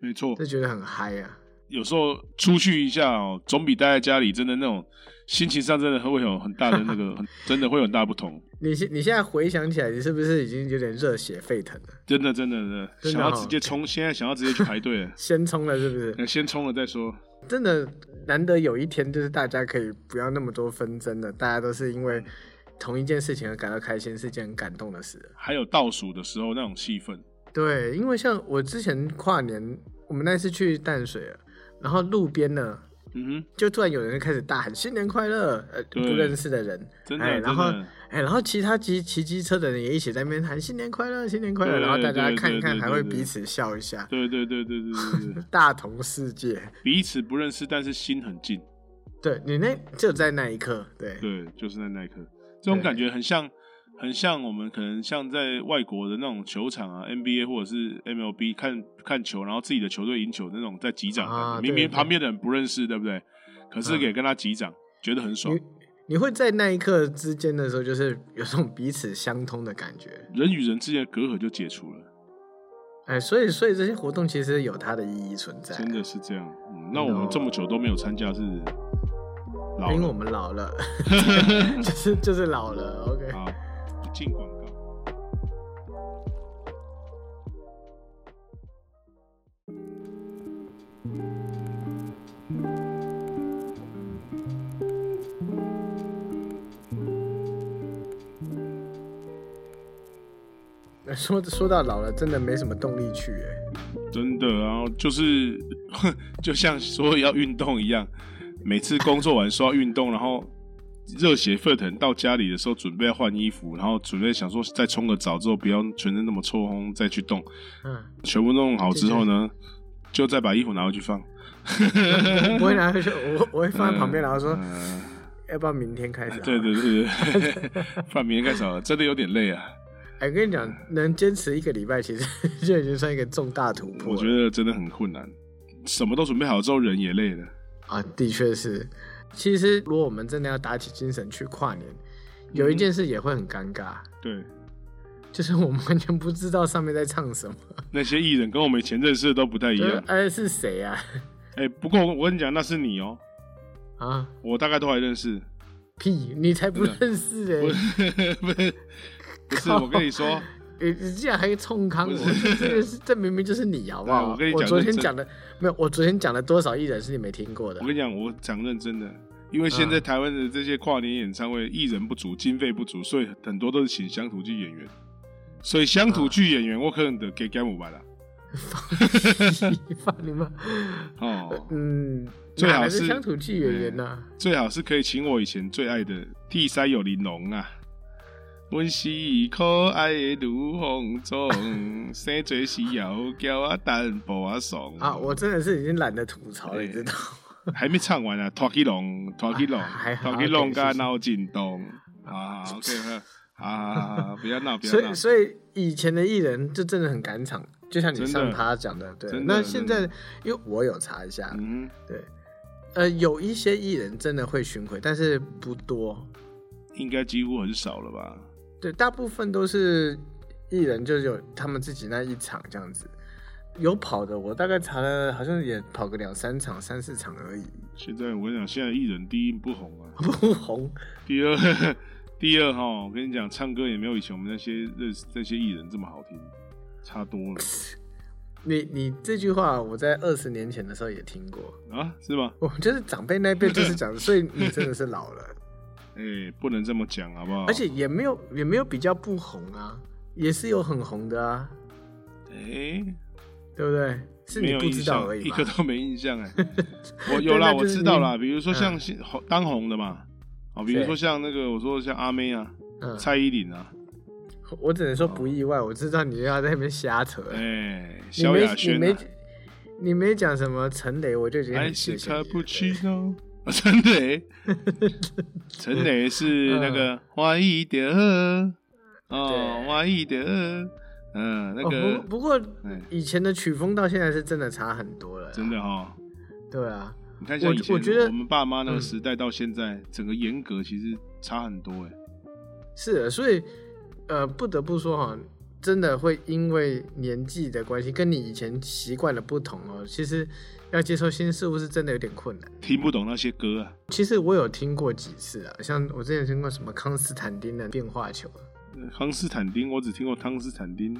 [SPEAKER 2] 没错，
[SPEAKER 3] 就觉得很嗨啊。
[SPEAKER 2] 有时候出去一下哦，总比待在家里真的那种心情上真的会有很大的那个，很真的会有很大不同，
[SPEAKER 3] 你现你现在回想起来，你是不是已经有点热血沸腾了？
[SPEAKER 2] 真的真的真的
[SPEAKER 3] 真的
[SPEAKER 2] 想要
[SPEAKER 3] 哦
[SPEAKER 2] 直接冲，现在想要直接去排队了
[SPEAKER 3] 先冲了是不是？
[SPEAKER 2] 哎先冲了再说，
[SPEAKER 3] 真的难得有一天，就是大家可以不要那么多纷争了，大家都是因为同一件事情而感到开心，是件很感动的事。
[SPEAKER 2] 还有倒数的时候那种气氛，
[SPEAKER 3] 对，因为像我之前跨年，我们那次去淡水啊，然后路边呢，
[SPEAKER 2] 嗯
[SPEAKER 3] 就突然有人就开始大喊“新年快乐”，呃，
[SPEAKER 2] 对
[SPEAKER 3] 不认识的人，
[SPEAKER 2] 哼，真的、
[SPEAKER 3] 哎，
[SPEAKER 2] 真
[SPEAKER 3] 然后
[SPEAKER 2] 的。
[SPEAKER 3] 哎，然后其他骑骑机车的人也一起在那边喊“新年快乐，新年快乐”，
[SPEAKER 2] 对
[SPEAKER 3] 然后大家
[SPEAKER 2] 对
[SPEAKER 3] 看一
[SPEAKER 2] 对
[SPEAKER 3] 看，
[SPEAKER 2] 对
[SPEAKER 3] 还会
[SPEAKER 2] 对
[SPEAKER 3] 彼此笑一下，
[SPEAKER 2] 对对对对对对对对，
[SPEAKER 3] 大同世界。
[SPEAKER 2] 彼此不认识，但是心很近。
[SPEAKER 3] 对你那就在那一刻，对
[SPEAKER 2] 对，就是在那一刻，这种
[SPEAKER 3] 对
[SPEAKER 2] 感觉很像，很像我们可能像在外国的那种球场啊，NBA 或者是 MLB 看看球，然后自己的球队赢球那种在击掌的感觉
[SPEAKER 3] 啊
[SPEAKER 2] 明
[SPEAKER 3] 对
[SPEAKER 2] 明
[SPEAKER 3] 对
[SPEAKER 2] 旁边的人不认识，对不对？可是
[SPEAKER 3] 嗯
[SPEAKER 2] 给跟他击掌，觉得很爽
[SPEAKER 3] 你。你会在那一刻之间的时候，就是有种彼此相通的感觉。
[SPEAKER 2] 人与人之间的隔阂就解除了，
[SPEAKER 3] 哎，所以所以这些活动其实有它的意义存在，啊
[SPEAKER 2] 真的是这样。嗯，那我们这么久都没有参加是老
[SPEAKER 3] 因为
[SPEAKER 2] 了
[SPEAKER 3] 我们老了， 就是就是老了。OK，
[SPEAKER 2] 好，进广告。
[SPEAKER 3] 那说说到老了，真的没什么动力去哎。
[SPEAKER 2] 真的啊，就是 就像说要运动一样，每次工作完说要运动，然后热血沸腾到家里的时候，准备要换衣服，然后准备想说再冲个澡之后，不要全身那么臭烘再去动，
[SPEAKER 3] 嗯，
[SPEAKER 2] 全部弄好之后呢，就再把衣服拿回去放。
[SPEAKER 3] 不会拿回去，我我会放在旁边，然后说
[SPEAKER 2] 嗯，哎
[SPEAKER 3] 要不要明天开始？啊
[SPEAKER 2] 对对。对对， 不然明天干啥？真的有点累啊，
[SPEAKER 3] 哎，跟你讲，能坚持一个礼拜，其实 就已经算一个重大突破了。
[SPEAKER 2] 我觉得真的很困难。什么都准备好之后，人也累了。
[SPEAKER 3] 啊，的确是。其实，如果我们真的要打起精神去跨年，有一
[SPEAKER 2] 嗯
[SPEAKER 3] 件事也会很尴尬，
[SPEAKER 2] 对，
[SPEAKER 3] 就是我们完全不知道上面在唱什么，
[SPEAKER 2] 那些艺人跟我们以前认识的都不太一
[SPEAKER 3] 就是
[SPEAKER 2] 样。
[SPEAKER 3] 哎是谁啊？
[SPEAKER 2] 哎、不过我跟你讲，那是你哦、
[SPEAKER 3] 啊
[SPEAKER 2] 我大概都还认识。
[SPEAKER 3] 屁，你才不认识哎、
[SPEAKER 2] 不是 不是不是，我跟你说，
[SPEAKER 3] 你你竟然还冲康我，
[SPEAKER 2] 不是
[SPEAKER 3] 这个是这明明就是你好不
[SPEAKER 2] 对
[SPEAKER 3] 好？
[SPEAKER 2] 我跟你讲
[SPEAKER 3] 昨
[SPEAKER 2] 认
[SPEAKER 3] 天
[SPEAKER 2] 真
[SPEAKER 3] 讲的没有，我昨天讲了多少艺人是你没听过的
[SPEAKER 2] 我？跟你讲，我讲认真的，因为
[SPEAKER 3] 嗯
[SPEAKER 2] 现在台湾的这些跨年演唱会艺人不足，经费不足，所以很多都是请乡土剧演员。所以乡
[SPEAKER 3] 嗯
[SPEAKER 2] 土剧演员，我可能得给干五百了。
[SPEAKER 3] 放你妈！
[SPEAKER 2] 哦，
[SPEAKER 3] 嗯，
[SPEAKER 2] 最好
[SPEAKER 3] 哪来的
[SPEAKER 2] 是
[SPEAKER 3] 乡土剧演员呐、
[SPEAKER 2] 最好是可以请我以前最爱的替塞有玲珑啊。阮是可爱的女红中， 生做时要叫我淡薄啊爽
[SPEAKER 3] 啊！我真的是已经懒得吐槽了，
[SPEAKER 2] 哎
[SPEAKER 3] 你知道吗？
[SPEAKER 2] 还没唱完啊，拖起龙，拖起龙
[SPEAKER 3] 啊还，好
[SPEAKER 2] 拖起龙
[SPEAKER 3] OK，
[SPEAKER 2] 加
[SPEAKER 3] 谢谢
[SPEAKER 2] 脑筋动啊，OK，啊， 好好好不要闹，不要
[SPEAKER 3] 所
[SPEAKER 2] 闹
[SPEAKER 3] 以，，所以以前的艺人就真的很赶场，就像你
[SPEAKER 2] 真的
[SPEAKER 3] 上趴讲的，对。
[SPEAKER 2] 真的
[SPEAKER 3] 那现在
[SPEAKER 2] 真，
[SPEAKER 3] 因为我有查一下，
[SPEAKER 2] 嗯，
[SPEAKER 3] 对，呃，有一些艺人真的会巡回，但是不多，
[SPEAKER 2] 应该几乎很少了吧？
[SPEAKER 3] 对，大部分都是艺人就有他们自己那一场这样子。有跑的，我大概查了，好像也跑个两三场、三四场而已，
[SPEAKER 2] 现在我跟你讲，现在艺人第一不红啊，
[SPEAKER 3] 不红。
[SPEAKER 2] 第二， 第二哈，我跟你讲，唱歌也没有以前我们那些认识那些艺人这么好听，差多了
[SPEAKER 3] 你你这句话，我在二十年前的时候也听过，
[SPEAKER 2] 啊，是吗？
[SPEAKER 3] 我们就是长辈那辈就是讲，所以你真的是老 了。
[SPEAKER 2] 哎，不能这么讲好不好？
[SPEAKER 3] 而且，也没有也没有比较不红啊，也是有很红的啊，
[SPEAKER 2] 哎，
[SPEAKER 3] 对不对？是
[SPEAKER 2] 没
[SPEAKER 3] 你
[SPEAKER 2] 有
[SPEAKER 3] 不
[SPEAKER 2] 印
[SPEAKER 3] 知道
[SPEAKER 2] 象，
[SPEAKER 3] 而已
[SPEAKER 2] 一
[SPEAKER 3] 嘛
[SPEAKER 2] 个。都没印象 哎。我有啦，
[SPEAKER 3] 对那
[SPEAKER 2] 我
[SPEAKER 3] 就是
[SPEAKER 2] 知道
[SPEAKER 3] 你嗯
[SPEAKER 2] 啦，比如说像现红当红的嘛，啊，比如
[SPEAKER 3] 对
[SPEAKER 2] 说像那个我说像阿妹啊，
[SPEAKER 3] 嗯，
[SPEAKER 2] 蔡依林啊，
[SPEAKER 3] 我只能说不意外，我知道你又要在那边瞎扯。
[SPEAKER 2] 哎，
[SPEAKER 3] 嗯你
[SPEAKER 2] 萧亚
[SPEAKER 3] 没你
[SPEAKER 2] 轩
[SPEAKER 3] 没
[SPEAKER 2] 啊，
[SPEAKER 3] 你没讲什么陈雷，我就觉得
[SPEAKER 2] 爱
[SPEAKER 3] 很
[SPEAKER 2] 是
[SPEAKER 3] 谢谢
[SPEAKER 2] 卡
[SPEAKER 3] 你
[SPEAKER 2] 布
[SPEAKER 3] 了。
[SPEAKER 2] 奇诺，啊陈 磊，陈磊欸
[SPEAKER 3] 嗯
[SPEAKER 2] 是那个欢喜的哦，
[SPEAKER 3] 对
[SPEAKER 2] 欢喜的，嗯，那
[SPEAKER 3] 哦
[SPEAKER 2] 个
[SPEAKER 3] 不不过
[SPEAKER 2] 哎
[SPEAKER 3] 以前的曲风到现在是真的差很多了，
[SPEAKER 2] 真的。哈。
[SPEAKER 3] 对啊，
[SPEAKER 2] 你看，像
[SPEAKER 3] 我
[SPEAKER 2] 以前
[SPEAKER 3] 我觉得
[SPEAKER 2] 我们爸妈那个
[SPEAKER 3] 嗯
[SPEAKER 2] 时代到现在，整个严格其实差很多哎。
[SPEAKER 3] 是的，所以呃，不得不说哈，真的会因为年纪的关系，跟你以前习惯的不同哦，其实要接受新事物是真的有点困难。
[SPEAKER 2] 听不懂那些歌啊，
[SPEAKER 3] 其实我有听过几次啊，像我之前听过什么康斯坦丁的变化球，
[SPEAKER 2] 康斯坦丁，我只听过康斯坦丁，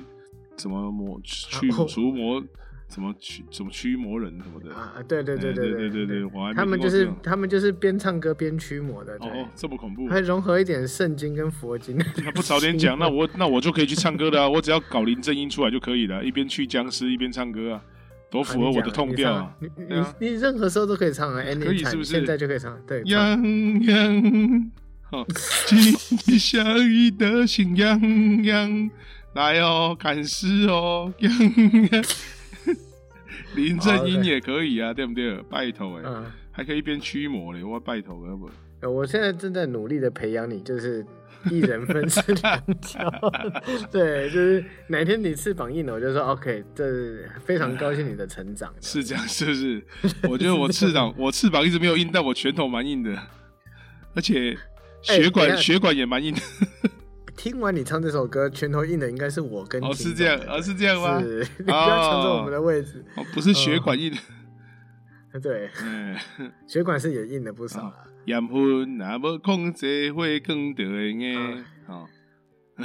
[SPEAKER 2] 什么魔驱
[SPEAKER 3] 啊哦
[SPEAKER 2] 除魔，什么驱什么驱魔人什么的。
[SPEAKER 3] 啊，对对对
[SPEAKER 2] 哎
[SPEAKER 3] 对
[SPEAKER 2] 对对
[SPEAKER 3] 对
[SPEAKER 2] 对我还没
[SPEAKER 3] 他
[SPEAKER 2] 听过
[SPEAKER 3] 们就
[SPEAKER 2] 这
[SPEAKER 3] 是
[SPEAKER 2] 种
[SPEAKER 3] 他们就是边唱歌边驱魔的，对，
[SPEAKER 2] 哦，这么恐怖！
[SPEAKER 3] 还融合一点圣经跟 佛经。
[SPEAKER 2] 那不早点讲， 那我那我就可以去唱歌了、啊，我只要搞林正英出来就可以了，一边去僵尸一边唱歌啊，多符合我的痛调啊！
[SPEAKER 3] 你你
[SPEAKER 2] 对啊
[SPEAKER 3] 你任何时候都可以唱啊
[SPEAKER 2] 可以
[SPEAKER 3] ，anytime，
[SPEAKER 2] 是不是
[SPEAKER 3] 现在就可以唱，对，唱
[SPEAKER 2] 羊羊，哦，一一下雨的信羊羊，来哦，赶尸哦，羊羊。 林正英也可以啊，对不对？拜托哎、
[SPEAKER 3] 嗯。
[SPEAKER 2] 还可以一边驱魔嘞，我拜托要不？
[SPEAKER 3] 呃我现在正在努力的培养你，就是一人分饰两 角。 对，就是哪天你翅膀硬了，我就说 OK，这是非常高兴你的成长。
[SPEAKER 2] 是这样是不是？ 我觉得我翅膀我翅膀一直没有硬，但我拳头蛮硬的，而且血管、
[SPEAKER 3] 哎等一下
[SPEAKER 2] 血管也蛮硬的。
[SPEAKER 3] 听完你唱这首歌，拳头硬的应该是我跟
[SPEAKER 2] 哦，
[SPEAKER 3] 听
[SPEAKER 2] 是
[SPEAKER 3] 众
[SPEAKER 2] 这样，
[SPEAKER 3] 的
[SPEAKER 2] 哦，是这样吗？
[SPEAKER 3] 是， 嗯你不要抢走我们的位置。
[SPEAKER 2] 哦，不是血管硬，
[SPEAKER 3] 对，
[SPEAKER 2] 哎，
[SPEAKER 3] 血管是也硬了不
[SPEAKER 2] 嗯
[SPEAKER 3] 少啊。
[SPEAKER 2] 盐分若无控制会更着的眼。
[SPEAKER 3] 啊
[SPEAKER 2] 哦，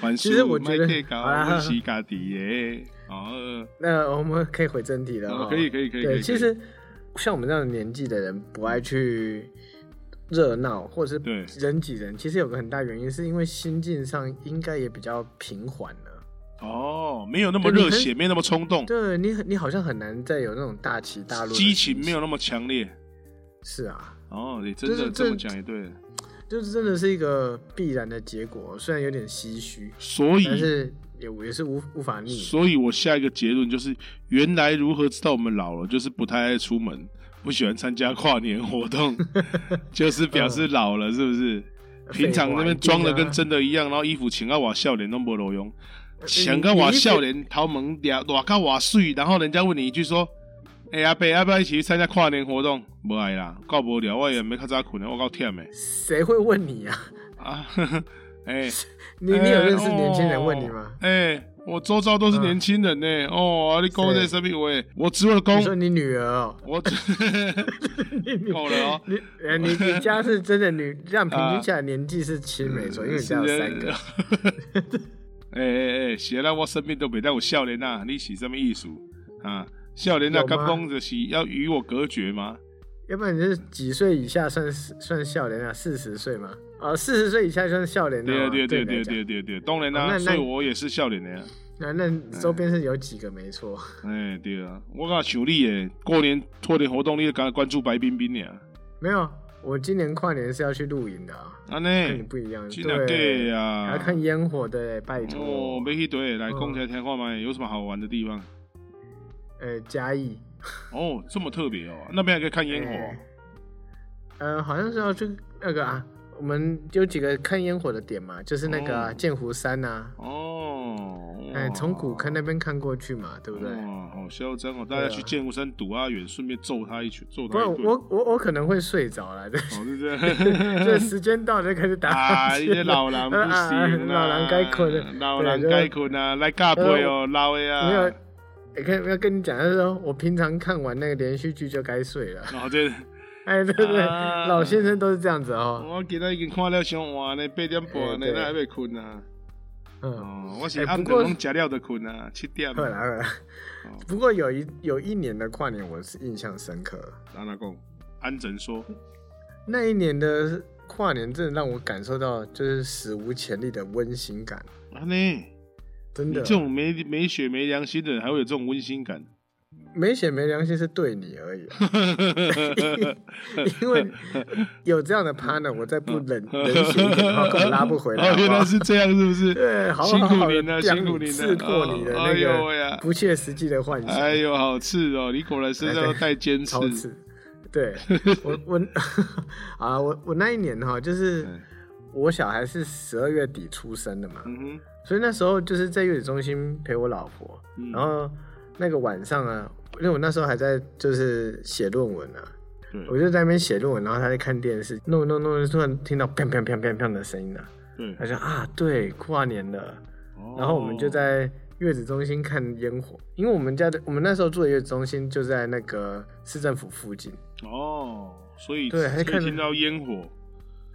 [SPEAKER 2] 凡
[SPEAKER 3] 其实
[SPEAKER 2] 事
[SPEAKER 3] 我觉得
[SPEAKER 2] 别计较
[SPEAKER 3] 好啦
[SPEAKER 2] 阮是家己的。哦，
[SPEAKER 3] 那我们可以回正题了
[SPEAKER 2] 哦
[SPEAKER 3] 哦
[SPEAKER 2] 可以可以可以。可
[SPEAKER 3] 对，
[SPEAKER 2] 以
[SPEAKER 3] 其实像我们这样的年纪的人，不爱去热闹或者
[SPEAKER 2] 对
[SPEAKER 3] 是人挤人，其实有个很大原因是因为心境上应该也比较平缓啊了。
[SPEAKER 2] 哦，没有那么
[SPEAKER 3] 对你
[SPEAKER 2] 热
[SPEAKER 3] 很
[SPEAKER 2] 血，没有那么冲动，
[SPEAKER 3] 对你很，你好像很难再有那种大起大落的
[SPEAKER 2] 激
[SPEAKER 3] 心
[SPEAKER 2] 情没有那么强烈。
[SPEAKER 3] 是啊，
[SPEAKER 2] 哦，你真的
[SPEAKER 3] 就是这
[SPEAKER 2] 这么讲也对。
[SPEAKER 3] 就是真的是一个必然的结果，虽然有点唏嘘，嗯
[SPEAKER 2] 所以
[SPEAKER 3] 但是也也是无无法逆。
[SPEAKER 2] 所以我下一个结论就是，原来如何知道我们老了，就是不太爱出门，不喜欢参加跨年活动， 就是表示老了，是不是？平常那边装的
[SPEAKER 3] 啊
[SPEAKER 2] 跟真的一样，然后衣服穿到我笑脸都没路用，想到我笑脸头毛嗲，大到我水，然后人家问你一句说：“哎、阿伯，要不要一起去参加跨年活动？”无爱啦，够无聊，我也没较早困我够忝的
[SPEAKER 3] 谁会问你啊？
[SPEAKER 2] 啊！ 呵呵哎、哦
[SPEAKER 3] 你你有认识年轻人问你吗？
[SPEAKER 2] 哎、我周遭都是年轻人呢、哦，啊、你讲这
[SPEAKER 3] 谁
[SPEAKER 2] 什么话？我只有
[SPEAKER 3] 你
[SPEAKER 2] 讲，
[SPEAKER 3] 说你女儿 哦、
[SPEAKER 2] 我只
[SPEAKER 3] 你你
[SPEAKER 2] 够了哦
[SPEAKER 3] 你呃你你家是真的女，这样平均下来年纪是七没错，因为你家有 三个。
[SPEAKER 2] 嗯啊哎哎哎，写到我身边都别带我笑脸呐，你是什么意思啊？笑脸呐，
[SPEAKER 3] 有吗
[SPEAKER 2] 刚公就是要与我隔绝吗？
[SPEAKER 3] 要不然你是几岁以下算算笑脸啊？四十岁吗？啊，四十岁以下算笑脸的哦
[SPEAKER 2] 对啊
[SPEAKER 3] 吗。
[SPEAKER 2] 对啊对啊
[SPEAKER 3] 你
[SPEAKER 2] 对
[SPEAKER 3] 来
[SPEAKER 2] 啊对
[SPEAKER 3] 讲
[SPEAKER 2] 啊对啊对啊，当然
[SPEAKER 3] 哦那
[SPEAKER 2] 啦，
[SPEAKER 3] 那
[SPEAKER 2] 所以我也是笑脸的呀。啊
[SPEAKER 3] 那那你周边是有几个没错？
[SPEAKER 2] 哎对啊，我刚想你诶，过年拖点活动，你就刚关注白冰啊冰呀？
[SPEAKER 3] 没有，我今年跨年是要去露营的啊，
[SPEAKER 2] 安
[SPEAKER 3] 跟你
[SPEAKER 2] 尼，
[SPEAKER 3] 不一样。
[SPEAKER 2] 哎去哪
[SPEAKER 3] 对
[SPEAKER 2] 对
[SPEAKER 3] 还
[SPEAKER 2] 呀
[SPEAKER 3] 要？看烟火的，拜
[SPEAKER 2] 哦
[SPEAKER 3] 托，。
[SPEAKER 2] 没啊哦去对，来
[SPEAKER 3] 嗯
[SPEAKER 2] 讲起来听看嘛，有什么好玩的地方？
[SPEAKER 3] 呃，嘉义，
[SPEAKER 2] 哦，这么特别哦，那边还可以看烟火哦。
[SPEAKER 3] 哎呃，好像是要去那个啊，我们有几个看烟火的点嘛，就是那个啊
[SPEAKER 2] 哦
[SPEAKER 3] 剑湖山呐，
[SPEAKER 2] 哦，
[SPEAKER 3] 哎，
[SPEAKER 2] 哇嗯
[SPEAKER 3] 从古坑那边看过去嘛，对不对？啊
[SPEAKER 2] 哇，好嚣张哦！大家去剑湖山堵阿远，顺便揍他一拳，揍
[SPEAKER 3] 不
[SPEAKER 2] 他
[SPEAKER 3] 然
[SPEAKER 2] 一
[SPEAKER 3] 我
[SPEAKER 2] 顿。
[SPEAKER 3] 我我我可能会睡着 了，对，
[SPEAKER 2] 哦，是这样。
[SPEAKER 3] 这时间到了就开始 打
[SPEAKER 2] 啊，
[SPEAKER 3] 哈
[SPEAKER 2] 你
[SPEAKER 3] 欠
[SPEAKER 2] 这老人不行
[SPEAKER 3] 啊啊老
[SPEAKER 2] 啊！
[SPEAKER 3] 人该困了，
[SPEAKER 2] 老人该困啊！来尬杯哦，老的
[SPEAKER 3] 没有
[SPEAKER 2] 啊！，
[SPEAKER 3] 也可以没有跟你讲，就是说我平常看完那个连续剧就该睡了，
[SPEAKER 2] 哦，对，
[SPEAKER 3] 哎，对对，
[SPEAKER 2] 啊
[SPEAKER 3] 老先生都是这样子哦，
[SPEAKER 2] 我今仔已经看了上晚呢，八点半呢，
[SPEAKER 3] 哎对
[SPEAKER 2] 那还没困啊？
[SPEAKER 3] 嗯，
[SPEAKER 2] 哦，我是
[SPEAKER 3] 哎
[SPEAKER 2] 暗
[SPEAKER 3] 不
[SPEAKER 2] 顿
[SPEAKER 3] 过
[SPEAKER 2] 拢食了就困啊，七点。
[SPEAKER 3] 后来后来，
[SPEAKER 2] 哦
[SPEAKER 3] 不过有一有一年的跨年我是印象深刻，
[SPEAKER 2] 安那讲？安怎说，
[SPEAKER 3] 那一年的跨年真的让我感受到就是史无前例的温馨感，
[SPEAKER 2] 安尼，
[SPEAKER 3] 真
[SPEAKER 2] 你
[SPEAKER 3] 的
[SPEAKER 2] 这，种没没血没良心的人，还会有这种温馨感？
[SPEAKER 3] 没血没良心是对你 而已啊。因为有这样的 partner，我再不冷冷血一点的话，根本拉不回来。
[SPEAKER 2] 哦，
[SPEAKER 3] 好不
[SPEAKER 2] 原来
[SPEAKER 3] 好
[SPEAKER 2] 是这样，是不是？
[SPEAKER 3] 对，好
[SPEAKER 2] 辛
[SPEAKER 3] 好
[SPEAKER 2] 苦
[SPEAKER 3] 好
[SPEAKER 2] 您
[SPEAKER 3] 的
[SPEAKER 2] 了，
[SPEAKER 3] 降
[SPEAKER 2] 辛苦
[SPEAKER 3] 你
[SPEAKER 2] 您了，
[SPEAKER 3] 刺破你的
[SPEAKER 2] 哦
[SPEAKER 3] 那
[SPEAKER 2] 哎呦喂
[SPEAKER 3] 个
[SPEAKER 2] 呀，
[SPEAKER 3] 不切实际的幻想，
[SPEAKER 2] 哎呦，好刺哦！你果然身 上带尖刺
[SPEAKER 3] 超，刺。对我我 啊，我我那一年哈，就是
[SPEAKER 2] 嗯
[SPEAKER 3] 我小孩是十二月底出生的嘛，
[SPEAKER 2] 嗯
[SPEAKER 3] 所以那时候就是在月子中心陪我老婆，
[SPEAKER 2] 嗯
[SPEAKER 3] 然后那个晚上啊，因为我那时候还在就是写论文啊，
[SPEAKER 2] 对
[SPEAKER 3] 我就在那边写论文，然后他在看电视，弄弄弄，突然听到砰砰砰砰砰的声音了、啊，
[SPEAKER 2] 哼，对。
[SPEAKER 3] 他说啊，对，跨年了，
[SPEAKER 2] 哦
[SPEAKER 3] 然后我们就在月子中心看烟火，因为我们家的我们那时候住的月子中心就在那个市政府附近，
[SPEAKER 2] 哦，所以
[SPEAKER 3] 对还
[SPEAKER 2] 可
[SPEAKER 3] 看
[SPEAKER 2] 以听到烟火，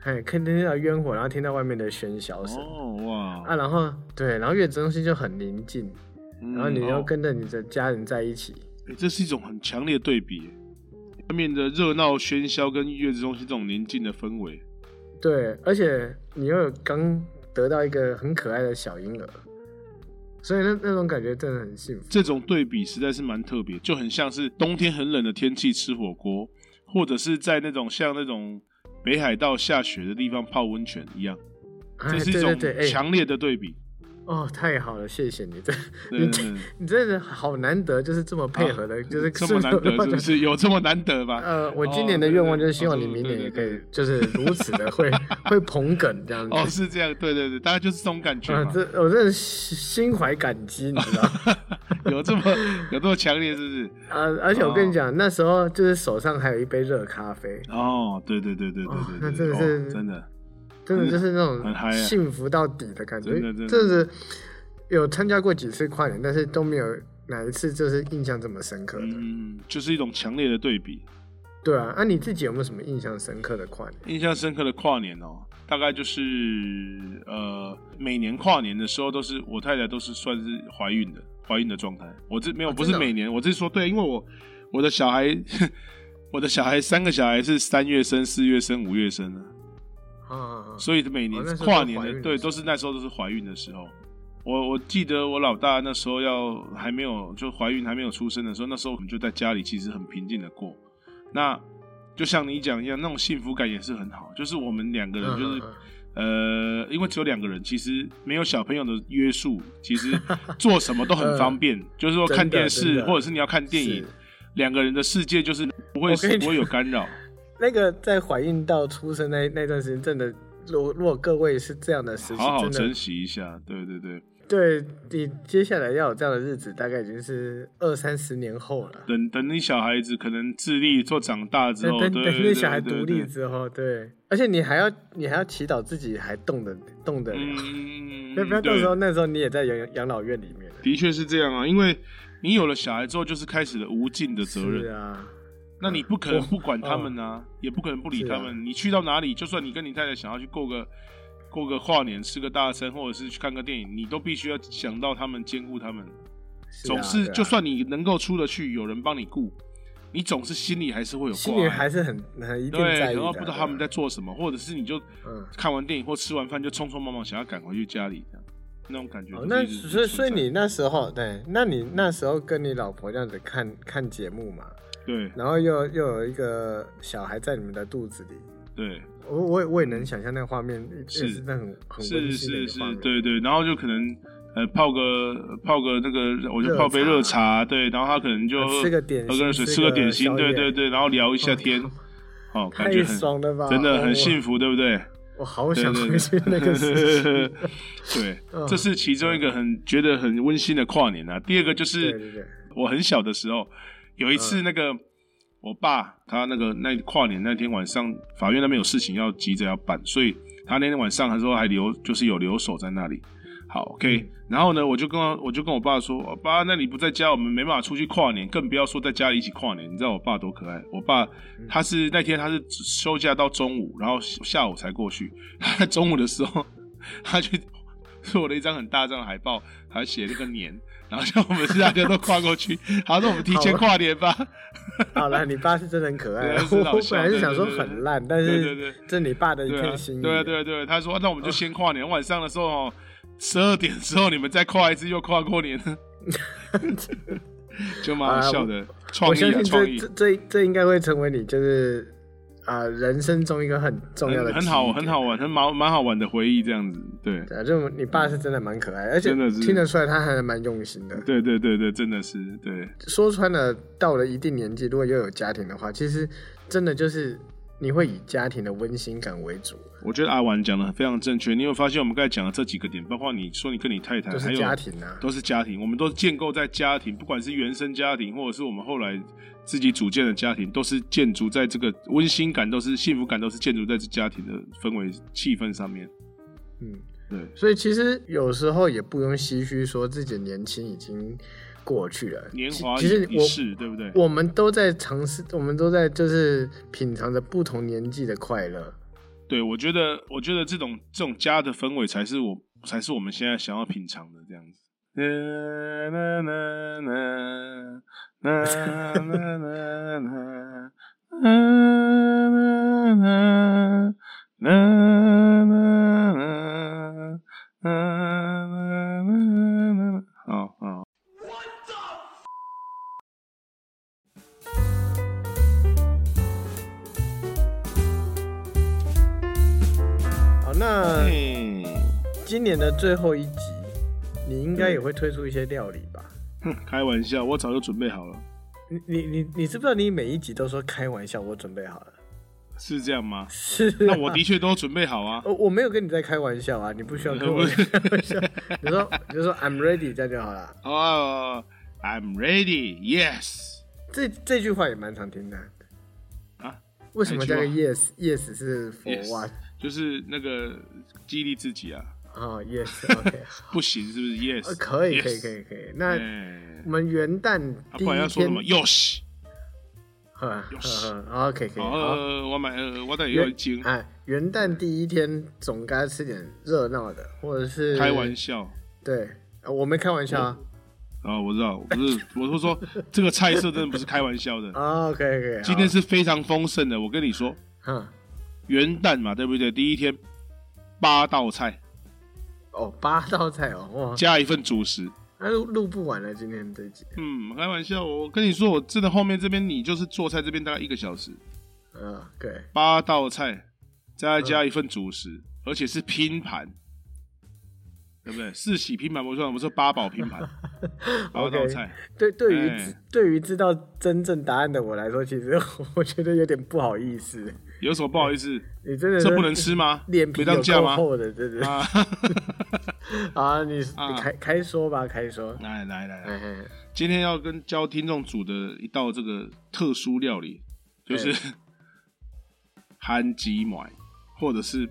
[SPEAKER 3] 哎，看听到烟火，然后听到外面的喧嚣声、
[SPEAKER 2] 哦哇，
[SPEAKER 3] 啊，然后对，然后月子中心就很宁静，然后你
[SPEAKER 2] 要
[SPEAKER 3] 要跟着你的家人在一起。
[SPEAKER 2] 欸，嗯这是一种很强烈的对比，外面的热闹喧嚣跟月子中心这种宁静的氛围，
[SPEAKER 3] 对，而且你又有刚得到一个很可爱的小婴儿，所以那那种感觉真的很幸福。
[SPEAKER 2] 这种对比实在是蛮特别，就很像是冬天很冷的天气吃火锅，或者是在那种像那种北海道下雪的地方泡温泉一样，
[SPEAKER 3] 哎，
[SPEAKER 2] 这是一
[SPEAKER 3] 对
[SPEAKER 2] 种
[SPEAKER 3] 对对，哎、
[SPEAKER 2] 强烈的对比。
[SPEAKER 3] 哦，太好了，谢谢你，这
[SPEAKER 2] 对
[SPEAKER 3] 你
[SPEAKER 2] 对
[SPEAKER 3] 这
[SPEAKER 2] 对
[SPEAKER 3] 你真的好难得，就是这么配合的，就是
[SPEAKER 2] 啊这么难 得，是不是？有这么难得吧？
[SPEAKER 3] 呃，我
[SPEAKER 2] 哦
[SPEAKER 3] 今年的
[SPEAKER 2] 对
[SPEAKER 3] 愿
[SPEAKER 2] 对
[SPEAKER 3] 望就是
[SPEAKER 2] 对
[SPEAKER 3] 希望你
[SPEAKER 2] 哦
[SPEAKER 3] 明
[SPEAKER 2] 对
[SPEAKER 3] 年
[SPEAKER 2] 对
[SPEAKER 3] 也可
[SPEAKER 2] 对
[SPEAKER 3] 以，就是如此的 会会捧哏这样子。
[SPEAKER 2] 哦，是这样，对对对，大家就是这种感觉
[SPEAKER 3] 啊，
[SPEAKER 2] 嘛，
[SPEAKER 3] 这我真的心心怀感激，你 知道？
[SPEAKER 2] 有这么 有这么强烈，是不是？
[SPEAKER 3] 呃，而且我跟你讲，那时候就是手上还有一杯热咖啡，
[SPEAKER 2] 哦，对对对对对
[SPEAKER 3] 哦
[SPEAKER 2] 对，
[SPEAKER 3] 那
[SPEAKER 2] 对
[SPEAKER 3] 真的
[SPEAKER 2] 哦
[SPEAKER 3] 是
[SPEAKER 2] 真的，
[SPEAKER 3] 真的就是那
[SPEAKER 2] 很嗨
[SPEAKER 3] 种
[SPEAKER 2] 啊
[SPEAKER 3] 幸福到底的感觉，
[SPEAKER 2] 真的真的
[SPEAKER 3] 是有参加过几次跨年，但是都没有哪一次就是印象这么深刻的。
[SPEAKER 2] 嗯，就是一种强烈的对比。
[SPEAKER 3] 对啊，那、你自己有没有什么印象深刻的跨年？
[SPEAKER 2] 印象深刻的跨年哦，大概就是呃，每年跨年的时候都是我太太都是算是怀孕的，怀孕的状态。我这没有、
[SPEAKER 3] 哦
[SPEAKER 2] 不
[SPEAKER 3] 真
[SPEAKER 2] 是
[SPEAKER 3] 的哦
[SPEAKER 2] 每年，我是说对，因为我我的小孩， 我的小孩三个小孩是三月生、四月生、五月生的，
[SPEAKER 3] 啊啊，啊
[SPEAKER 2] 所以每年
[SPEAKER 3] 哦那时候都
[SPEAKER 2] 跨年
[SPEAKER 3] 怀孕
[SPEAKER 2] 的
[SPEAKER 3] 的
[SPEAKER 2] 对
[SPEAKER 3] 时候
[SPEAKER 2] 都是那时候都是怀孕的时候。我我记得我老大那时候要还没有就怀孕还没有出生的时候，那时候我们就在家里其实很平静的过。那就像你讲一样，那种幸福感也是很好，就是我们两个人就是
[SPEAKER 3] 嗯嗯
[SPEAKER 2] 呃，因为只有两个人，其实没有小朋友的约束，其实做什么都很方 便。就是说
[SPEAKER 3] 真的
[SPEAKER 2] 看电
[SPEAKER 3] 嗯真
[SPEAKER 2] 视，
[SPEAKER 3] 的
[SPEAKER 2] 或者是你要看电影
[SPEAKER 3] 是，
[SPEAKER 2] 两个人的世界就是不会
[SPEAKER 3] 我跟你
[SPEAKER 2] 不会有干 扰。
[SPEAKER 3] 那个在怀孕到出生那那段时间，真的，如果如果各位是这样的时期，
[SPEAKER 2] 好好
[SPEAKER 3] 真
[SPEAKER 2] 珍
[SPEAKER 3] 的，
[SPEAKER 2] 惜一下，对对对，
[SPEAKER 3] 对你接下来要有这样的日子，大概已经是二三十年后了。
[SPEAKER 2] 等等你小孩子可能智力做长大之
[SPEAKER 3] 等
[SPEAKER 2] 后，
[SPEAKER 3] 等
[SPEAKER 2] 对
[SPEAKER 3] 等，
[SPEAKER 2] 对
[SPEAKER 3] 那
[SPEAKER 2] 对
[SPEAKER 3] 小孩
[SPEAKER 2] 对
[SPEAKER 3] 独
[SPEAKER 2] 对
[SPEAKER 3] 立之后，对，而且你还要你还要祈祷自己还动得动得了，
[SPEAKER 2] 嗯，
[SPEAKER 3] 要不要到
[SPEAKER 2] 对
[SPEAKER 3] 时候那时候你也在养养老院里面了？
[SPEAKER 2] 的确是这样啊，因为你有了小孩之后，就是开始了无尽的责
[SPEAKER 3] 是
[SPEAKER 2] 任。
[SPEAKER 3] 啊，哦
[SPEAKER 2] 那你不可能不管他们啊，也不可能不理
[SPEAKER 3] 是
[SPEAKER 2] 他
[SPEAKER 3] 啊
[SPEAKER 2] 们。你去到哪里，就算你跟你太太想要去过个过个跨年、吃个大餐，或者是去看个电影，你都必须要想到他们、兼顾他们。
[SPEAKER 3] 是啊
[SPEAKER 2] 总是
[SPEAKER 3] 对啊
[SPEAKER 2] 就算你能够出得去，有人帮你顾，你总是心里还是会有
[SPEAKER 3] 心
[SPEAKER 2] 挂
[SPEAKER 3] 里
[SPEAKER 2] 碍
[SPEAKER 3] 还是很很一定
[SPEAKER 2] 对，
[SPEAKER 3] 在
[SPEAKER 2] 然
[SPEAKER 3] 意的啊，
[SPEAKER 2] 后不知道他们在
[SPEAKER 3] 对啊
[SPEAKER 2] 做什么，或者是你就
[SPEAKER 3] 嗯
[SPEAKER 2] 看完电影或吃完饭就匆匆忙忙想要赶回去家里，这样那种感觉
[SPEAKER 3] 哦
[SPEAKER 2] 就，是
[SPEAKER 3] 那
[SPEAKER 2] 一直
[SPEAKER 3] 所以所
[SPEAKER 2] 存
[SPEAKER 3] 以
[SPEAKER 2] 在
[SPEAKER 3] 你那时候对，那你那时候跟你老婆这样子看看节目嘛，
[SPEAKER 2] 对
[SPEAKER 3] 然后又又有一个小孩在你们的肚子里，
[SPEAKER 2] 对
[SPEAKER 3] 我我也我也能想象那画面，
[SPEAKER 2] 是
[SPEAKER 3] 也是那很很温
[SPEAKER 2] 是
[SPEAKER 3] 馨的
[SPEAKER 2] 是
[SPEAKER 3] 一个画
[SPEAKER 2] 是，
[SPEAKER 3] 面，
[SPEAKER 2] 对对，然后就可能呃泡个泡个那个，我就
[SPEAKER 3] 热
[SPEAKER 2] 泡杯热
[SPEAKER 3] 茶
[SPEAKER 2] 茶，对，然后他可能就
[SPEAKER 3] 呃吃个点
[SPEAKER 2] 喝
[SPEAKER 3] 心
[SPEAKER 2] 个热水，
[SPEAKER 3] 吃
[SPEAKER 2] 吃个
[SPEAKER 3] 个
[SPEAKER 2] 点心，
[SPEAKER 3] 宵
[SPEAKER 2] 对
[SPEAKER 3] 夜
[SPEAKER 2] 对对，然后聊一 下天，哦，感觉
[SPEAKER 3] 太
[SPEAKER 2] 很
[SPEAKER 3] 爽了吧，
[SPEAKER 2] 真的很
[SPEAKER 3] 幸
[SPEAKER 2] 幸福，对不对？
[SPEAKER 3] 我好
[SPEAKER 2] 对
[SPEAKER 3] 想
[SPEAKER 2] 对
[SPEAKER 3] 回去那个 时期
[SPEAKER 2] 对。，对
[SPEAKER 3] 嗯
[SPEAKER 2] 这是其中一个很觉得很温馨的跨年啊。第二个就
[SPEAKER 3] 对对
[SPEAKER 2] 是
[SPEAKER 3] 对
[SPEAKER 2] 我很小的时候，有一次那个我爸他那个那跨年那天晚上，法院那边有事情要急着要办，所以他那天晚上他说还留就是有留守在那里。好，OK，然后呢，我就跟我我就跟我爸说，哦爸，那你不在家，我们没办法出去跨年，更不要说在家里一起跨年。你知道我爸多可爱？我爸他是那天他是只休假到中午，然后下午才过去。他在中午的时候，他去 做了一张很大张的海报，还写了个年，然后叫我们是大家都跨过去。好，那我们提
[SPEAKER 3] 啊
[SPEAKER 2] 前跨年吧。
[SPEAKER 3] 好了，你爸是真的很可爱
[SPEAKER 2] 对
[SPEAKER 3] 啊。
[SPEAKER 2] 是
[SPEAKER 3] 我
[SPEAKER 2] 老
[SPEAKER 3] 我
[SPEAKER 2] 乡
[SPEAKER 3] 本来是
[SPEAKER 2] 对
[SPEAKER 3] 想
[SPEAKER 2] 对
[SPEAKER 3] 说
[SPEAKER 2] 对对
[SPEAKER 3] 很烂，但
[SPEAKER 2] 对对对
[SPEAKER 3] 是这你爸的一
[SPEAKER 2] 对啊
[SPEAKER 3] 片，心意。
[SPEAKER 2] 对啊，对啊，对啊。他说、啊那我们就先跨年，晚上的时候哦，十二点之后你们再跨一次，又跨过 年，就蛮好笑的。创
[SPEAKER 3] 我
[SPEAKER 2] 意
[SPEAKER 3] 相
[SPEAKER 2] 啊，
[SPEAKER 3] 信
[SPEAKER 2] 创
[SPEAKER 3] 这
[SPEAKER 2] 意
[SPEAKER 3] 这，这这应该会成为你就是啊、人生中一个很重要的
[SPEAKER 2] 很很
[SPEAKER 3] 记忆
[SPEAKER 2] 好，
[SPEAKER 3] 点
[SPEAKER 2] 很好。玩，很蛮蛮好玩的回忆，这样子。对，
[SPEAKER 3] 对啊，就你爸是真的蛮可爱，而且
[SPEAKER 2] 真的是
[SPEAKER 3] 听得出来他还蛮用心的。
[SPEAKER 2] 对对对对，真的是对。
[SPEAKER 3] 说穿了，到了一定年纪，如果又有家庭的话，其实真的就是你会以家庭的温馨感为主，
[SPEAKER 2] 我觉得阿丸讲的非常正确。你有发现我们刚才讲的这几个点，包括你说你跟你太太，
[SPEAKER 3] 就
[SPEAKER 2] 哎还
[SPEAKER 3] 是
[SPEAKER 2] 有
[SPEAKER 3] 家庭啊。
[SPEAKER 2] 都是家庭，我们都建构在家庭，不管是原生家庭，或者是我们后来自己组建的家庭，都是建筑在这个温馨感，都是幸福感，都是建筑在这家庭的氛围气氛上面。
[SPEAKER 3] 嗯，
[SPEAKER 2] 对，
[SPEAKER 3] 所以其实有时候也不用唏嘘，说自己年轻已经过去了。
[SPEAKER 2] 年华
[SPEAKER 3] 其其实
[SPEAKER 2] 一一
[SPEAKER 3] 我
[SPEAKER 2] 世，对不对？
[SPEAKER 3] 我们都在尝试，我们都在就是品尝着不同年纪的快乐。
[SPEAKER 2] 对，我觉得，我觉得这种这种家的氛围才是我才是我们现在想要品尝的这样子。 好好，
[SPEAKER 3] 好，那
[SPEAKER 2] 嗯，
[SPEAKER 3] 今年的最后一集，你应
[SPEAKER 2] 嗯
[SPEAKER 3] 该也会推出一些料理吧？
[SPEAKER 2] 开玩笑，我早就准备好了，
[SPEAKER 3] 你你你你知不知道你每一集都说开玩笑，我准备好了。
[SPEAKER 2] 是这样吗？
[SPEAKER 3] 是、啊，
[SPEAKER 2] 那我的确都准备好啊。
[SPEAKER 3] 哦我我没有跟你在开玩笑啊，你不需 要跟我开玩笑。你说你就说 I'm ready 这样就好了。
[SPEAKER 2] 哦、i m ready. Yes.
[SPEAKER 3] 这这句话也蛮常听的
[SPEAKER 2] 啊。
[SPEAKER 3] 为什么加个
[SPEAKER 2] 哪一
[SPEAKER 3] yes yes 是 for
[SPEAKER 2] Yes
[SPEAKER 3] what
[SPEAKER 2] 就是那个激励自己啊，
[SPEAKER 3] 啊 yes OK
[SPEAKER 2] 不行是不是？Yes，、
[SPEAKER 3] 呃可以
[SPEAKER 2] yes
[SPEAKER 3] 可以可。以可以。那
[SPEAKER 2] 哎
[SPEAKER 3] 我们元旦
[SPEAKER 2] 啊、
[SPEAKER 3] 第
[SPEAKER 2] 不然要
[SPEAKER 3] 一
[SPEAKER 2] 说什么？
[SPEAKER 3] 天，
[SPEAKER 2] 哟西，
[SPEAKER 3] 呵
[SPEAKER 2] 有
[SPEAKER 3] 呵
[SPEAKER 2] 事
[SPEAKER 3] 呵 OK 可以。
[SPEAKER 2] 好，
[SPEAKER 3] 好
[SPEAKER 2] 呃我买，呃我等也有一斤，
[SPEAKER 3] 哎，元旦第一天总该吃点热闹的，或者是
[SPEAKER 2] 开玩笑。
[SPEAKER 3] 对，呃我没开玩笑啊。
[SPEAKER 2] 啊、我知道，我不是，我是说这个菜色真的不是开玩笑 的，
[SPEAKER 3] 啊 OK OK，
[SPEAKER 2] 嗯今天是非常丰盛的。我跟你说，
[SPEAKER 3] 嗯
[SPEAKER 2] 元旦嘛，对不对？第一天八道菜
[SPEAKER 3] 哦八道菜哦哇，
[SPEAKER 2] 加一份主食，
[SPEAKER 3] 那录录不完了今天这一集。
[SPEAKER 2] 嗯，开玩笑，我跟你说，我真的后面这边你就是做菜这边大概一个小时，
[SPEAKER 3] 嗯，对，嗯
[SPEAKER 2] 八道菜，再加一份主食，而且是拼盘，对不对？四喜拼盘不算，我们说八宝拼 盘，八
[SPEAKER 3] OK
[SPEAKER 2] 道菜。
[SPEAKER 3] 对，对于、
[SPEAKER 2] 哎
[SPEAKER 3] 对于知道真正答案的我来说，其实 我觉得有点不好意思。
[SPEAKER 2] 有什么不好意思？
[SPEAKER 3] 你真的
[SPEAKER 2] 这
[SPEAKER 3] 是
[SPEAKER 2] 不能吃吗？
[SPEAKER 3] 脸皮
[SPEAKER 2] 没
[SPEAKER 3] 有
[SPEAKER 2] 当价
[SPEAKER 3] 够
[SPEAKER 2] 吗？
[SPEAKER 3] 厚的，真的
[SPEAKER 2] 啊！
[SPEAKER 3] 啊！你
[SPEAKER 2] 啊
[SPEAKER 3] 你开开说吧，开说。
[SPEAKER 2] 来来来来，
[SPEAKER 3] 哎嘿，
[SPEAKER 2] 今天要跟教听众煮的一道这个特殊料理，就是
[SPEAKER 3] 嗯
[SPEAKER 2] 韩吉买，或者是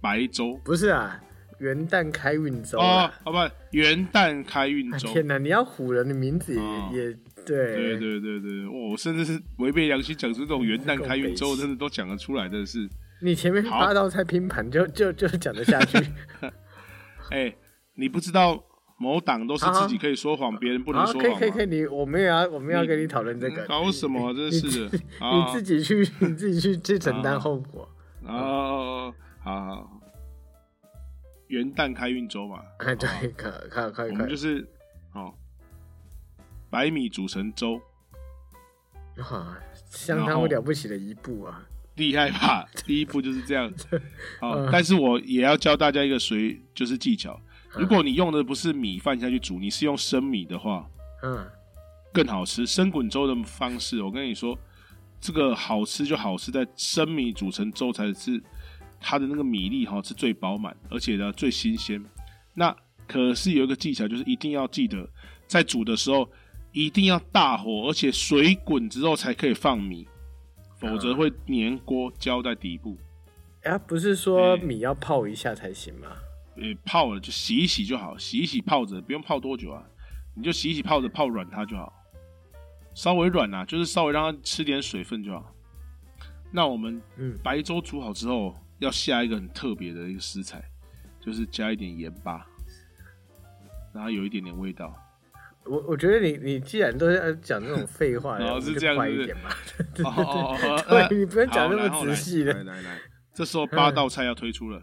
[SPEAKER 2] 白粥
[SPEAKER 3] 不是啊，元旦开运周
[SPEAKER 2] 哦
[SPEAKER 3] 啊！，
[SPEAKER 2] 好吧，元旦开运
[SPEAKER 3] 啊
[SPEAKER 2] 粥。
[SPEAKER 3] 天哪，你要唬人的名字也、
[SPEAKER 2] 哦
[SPEAKER 3] 也
[SPEAKER 2] 对
[SPEAKER 3] 对，
[SPEAKER 2] 对对对，哇我甚至是违背良心讲出这种元旦开运粥，真的都讲得出来，真的是。
[SPEAKER 3] 你前面
[SPEAKER 2] 好
[SPEAKER 3] 八道菜拼盘就就就讲得下去。
[SPEAKER 2] 哎、你不知道某党都是自己
[SPEAKER 3] 啊
[SPEAKER 2] 可以说谎，别、 人不能
[SPEAKER 3] 好，
[SPEAKER 2] 说谎
[SPEAKER 3] 可以
[SPEAKER 2] 吗？
[SPEAKER 3] 可以可以，你我们也要我们要
[SPEAKER 2] 你
[SPEAKER 3] 跟你讨论这个。
[SPEAKER 2] 搞什么啊？真
[SPEAKER 3] 你
[SPEAKER 2] 是
[SPEAKER 3] 自
[SPEAKER 2] 的啊！
[SPEAKER 3] 你自己去，你自己去去承担
[SPEAKER 2] 啊
[SPEAKER 3] 后果。
[SPEAKER 2] 哦，好好好，元旦开运粥嘛，
[SPEAKER 3] 哎，对，可可可以
[SPEAKER 2] 我
[SPEAKER 3] 可
[SPEAKER 2] 们就
[SPEAKER 3] 以。
[SPEAKER 2] 是哦，白米煮成粥，
[SPEAKER 3] 哇，相
[SPEAKER 2] 然
[SPEAKER 3] 当
[SPEAKER 2] 后
[SPEAKER 3] 了不起的一步啊！
[SPEAKER 2] 厉害吧？第一步就是这 样。好
[SPEAKER 3] 嗯，
[SPEAKER 2] 但是我也要教大家一个水，就是技巧。
[SPEAKER 3] 嗯
[SPEAKER 2] 如果你用的不是米饭下去煮，你是用生米的话，
[SPEAKER 3] 嗯，
[SPEAKER 2] 更好吃。生滚粥的方式，我跟你说，这个好吃就好吃在生米煮成粥才是它的那个米粒哈是最饱满，而且呢最新鲜。那可是有一个技巧，就是一定要记得在煮的时候一定要大火，而且水滚之后才可以放米，否则会粘锅浇在底部。
[SPEAKER 3] 啊，不是说
[SPEAKER 2] 哎
[SPEAKER 3] 米要泡一下才行吗？
[SPEAKER 2] 呃，泡了就洗一洗就好，洗一洗泡着，不用泡多久啊，你就洗一洗泡着，泡软它就好，稍微软啊，就是稍微让它吃点水分就好。那我们
[SPEAKER 3] 嗯
[SPEAKER 2] 白粥煮好之后，要下一个很特别的一个食材，就是加一点盐巴，然后有一点点味道。
[SPEAKER 3] 我我觉得你你既然都要讲这种废话，
[SPEAKER 2] 哦
[SPEAKER 3] 我们
[SPEAKER 2] 是
[SPEAKER 3] 就
[SPEAKER 2] 这样
[SPEAKER 3] 快
[SPEAKER 2] 是不
[SPEAKER 3] 一
[SPEAKER 2] 是
[SPEAKER 3] 点 吧。对
[SPEAKER 2] 哦
[SPEAKER 3] 对对
[SPEAKER 2] 哦哦
[SPEAKER 3] 对
[SPEAKER 2] 呃
[SPEAKER 3] 你不用讲那么
[SPEAKER 2] 好然后来
[SPEAKER 3] 仔细的
[SPEAKER 2] 来来来，这时候八道菜要推出了，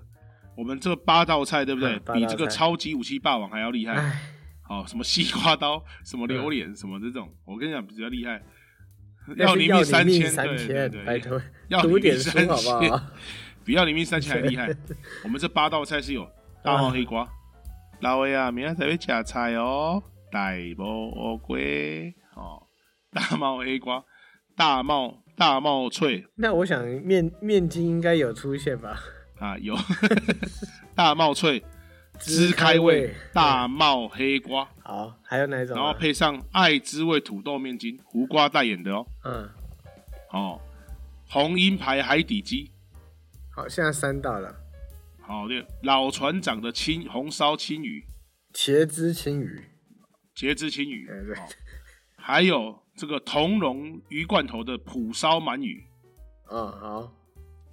[SPEAKER 2] 我们这八道菜对不对
[SPEAKER 3] 嗯？八道
[SPEAKER 2] 比这个
[SPEAKER 3] 菜
[SPEAKER 2] 超级武器霸王还要厉害。
[SPEAKER 3] 哎，
[SPEAKER 2] 好，哦什么西瓜刀， 什么榴莲，什么这种，我跟你讲比较厉害，
[SPEAKER 3] 嗯但是
[SPEAKER 2] 你
[SPEAKER 3] 要
[SPEAKER 2] 命
[SPEAKER 3] 你
[SPEAKER 2] 三
[SPEAKER 3] 命
[SPEAKER 2] 千，
[SPEAKER 3] 三
[SPEAKER 2] 对对
[SPEAKER 3] 千，
[SPEAKER 2] 对，
[SPEAKER 3] 拜托
[SPEAKER 2] 要，你
[SPEAKER 3] 读
[SPEAKER 2] 命
[SPEAKER 3] 点书
[SPEAKER 2] 三
[SPEAKER 3] 好不
[SPEAKER 2] 千
[SPEAKER 3] 好？
[SPEAKER 2] 比要你命三千还厉 害。我们这八道菜
[SPEAKER 3] 啊
[SPEAKER 2] 是有大黄黑瓜，老魏啊，明天才会吃菜哦，大毛乌龟哦，大帽黑瓜，大帽大帽脆
[SPEAKER 3] 那我想面面筋应该有出现吧？
[SPEAKER 2] 啊， 有大帽脆，
[SPEAKER 3] 枝
[SPEAKER 2] 枝
[SPEAKER 3] 开
[SPEAKER 2] 开
[SPEAKER 3] 胃
[SPEAKER 2] 胃，大帽黑瓜。
[SPEAKER 3] 好，还有哪一种
[SPEAKER 2] 然后
[SPEAKER 3] 啊？
[SPEAKER 2] 配上爱滋味土豆面筋，胡瓜代言的哦，
[SPEAKER 3] 嗯，
[SPEAKER 2] 哦，红鹰牌海底鸡，
[SPEAKER 3] 好，现在三道了，
[SPEAKER 2] 好、对，老船长的青红烧青鱼，
[SPEAKER 3] 茄汁青鱼，哎
[SPEAKER 2] 茄汁青鱼，
[SPEAKER 3] 对对
[SPEAKER 2] 哦，还有这个铜龙鱼罐头的蒲烧鳗鱼，
[SPEAKER 3] 嗯，好，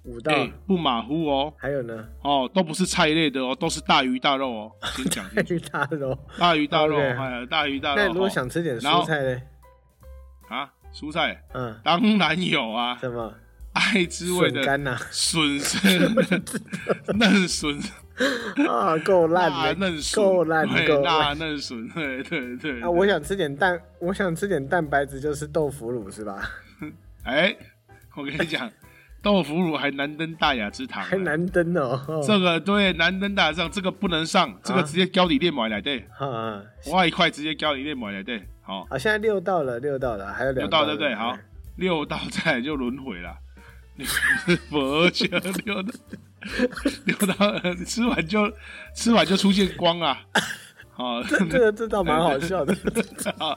[SPEAKER 3] 五道
[SPEAKER 2] 哎、，不马虎哦，
[SPEAKER 3] 还有呢，
[SPEAKER 2] 哦，都不是菜类的哦，都是大鱼大肉哦，先 讲清楚，
[SPEAKER 3] 去大肉。
[SPEAKER 2] 大鱼大肉，
[SPEAKER 3] OK
[SPEAKER 2] 哎，大鱼大肉，
[SPEAKER 3] 那如果
[SPEAKER 2] 哦
[SPEAKER 3] 想吃点
[SPEAKER 2] 然后
[SPEAKER 3] 蔬菜呢？
[SPEAKER 2] 啊，蔬菜
[SPEAKER 3] 嗯，
[SPEAKER 2] 当然有 啊，
[SPEAKER 3] 什么？
[SPEAKER 2] 爱滋味
[SPEAKER 3] 笋
[SPEAKER 2] 的
[SPEAKER 3] 干呐？
[SPEAKER 2] 笋生 嫩笋。
[SPEAKER 3] 啊，够
[SPEAKER 2] 辣
[SPEAKER 3] 烂的
[SPEAKER 2] 嫩，笋，
[SPEAKER 3] 够烂，
[SPEAKER 2] 对
[SPEAKER 3] 够
[SPEAKER 2] 辣
[SPEAKER 3] 烂。
[SPEAKER 2] 嫩笋，对对对。
[SPEAKER 3] 啊，我想吃点蛋，我想吃点蛋白质，就是豆腐乳是吧？
[SPEAKER 2] 哎，我跟你讲， 豆腐乳还难登大雅之堂，啊
[SPEAKER 3] 还。难登啊哦。哦
[SPEAKER 2] 这个对难登大雅之堂，这个不能上，这个直接交底店买来对，
[SPEAKER 3] 啊
[SPEAKER 2] 挖一块直接交底店买来对，好，
[SPEAKER 3] 啊！现在六道了，六道了，还有
[SPEAKER 2] 六
[SPEAKER 3] 两
[SPEAKER 2] 道对
[SPEAKER 3] 对
[SPEAKER 2] 不对？好，六道菜就轮回了。佛就六道， 六道吃完就吃完就出现光啊！好，
[SPEAKER 3] 这这个这道蛮好笑的。
[SPEAKER 2] 好，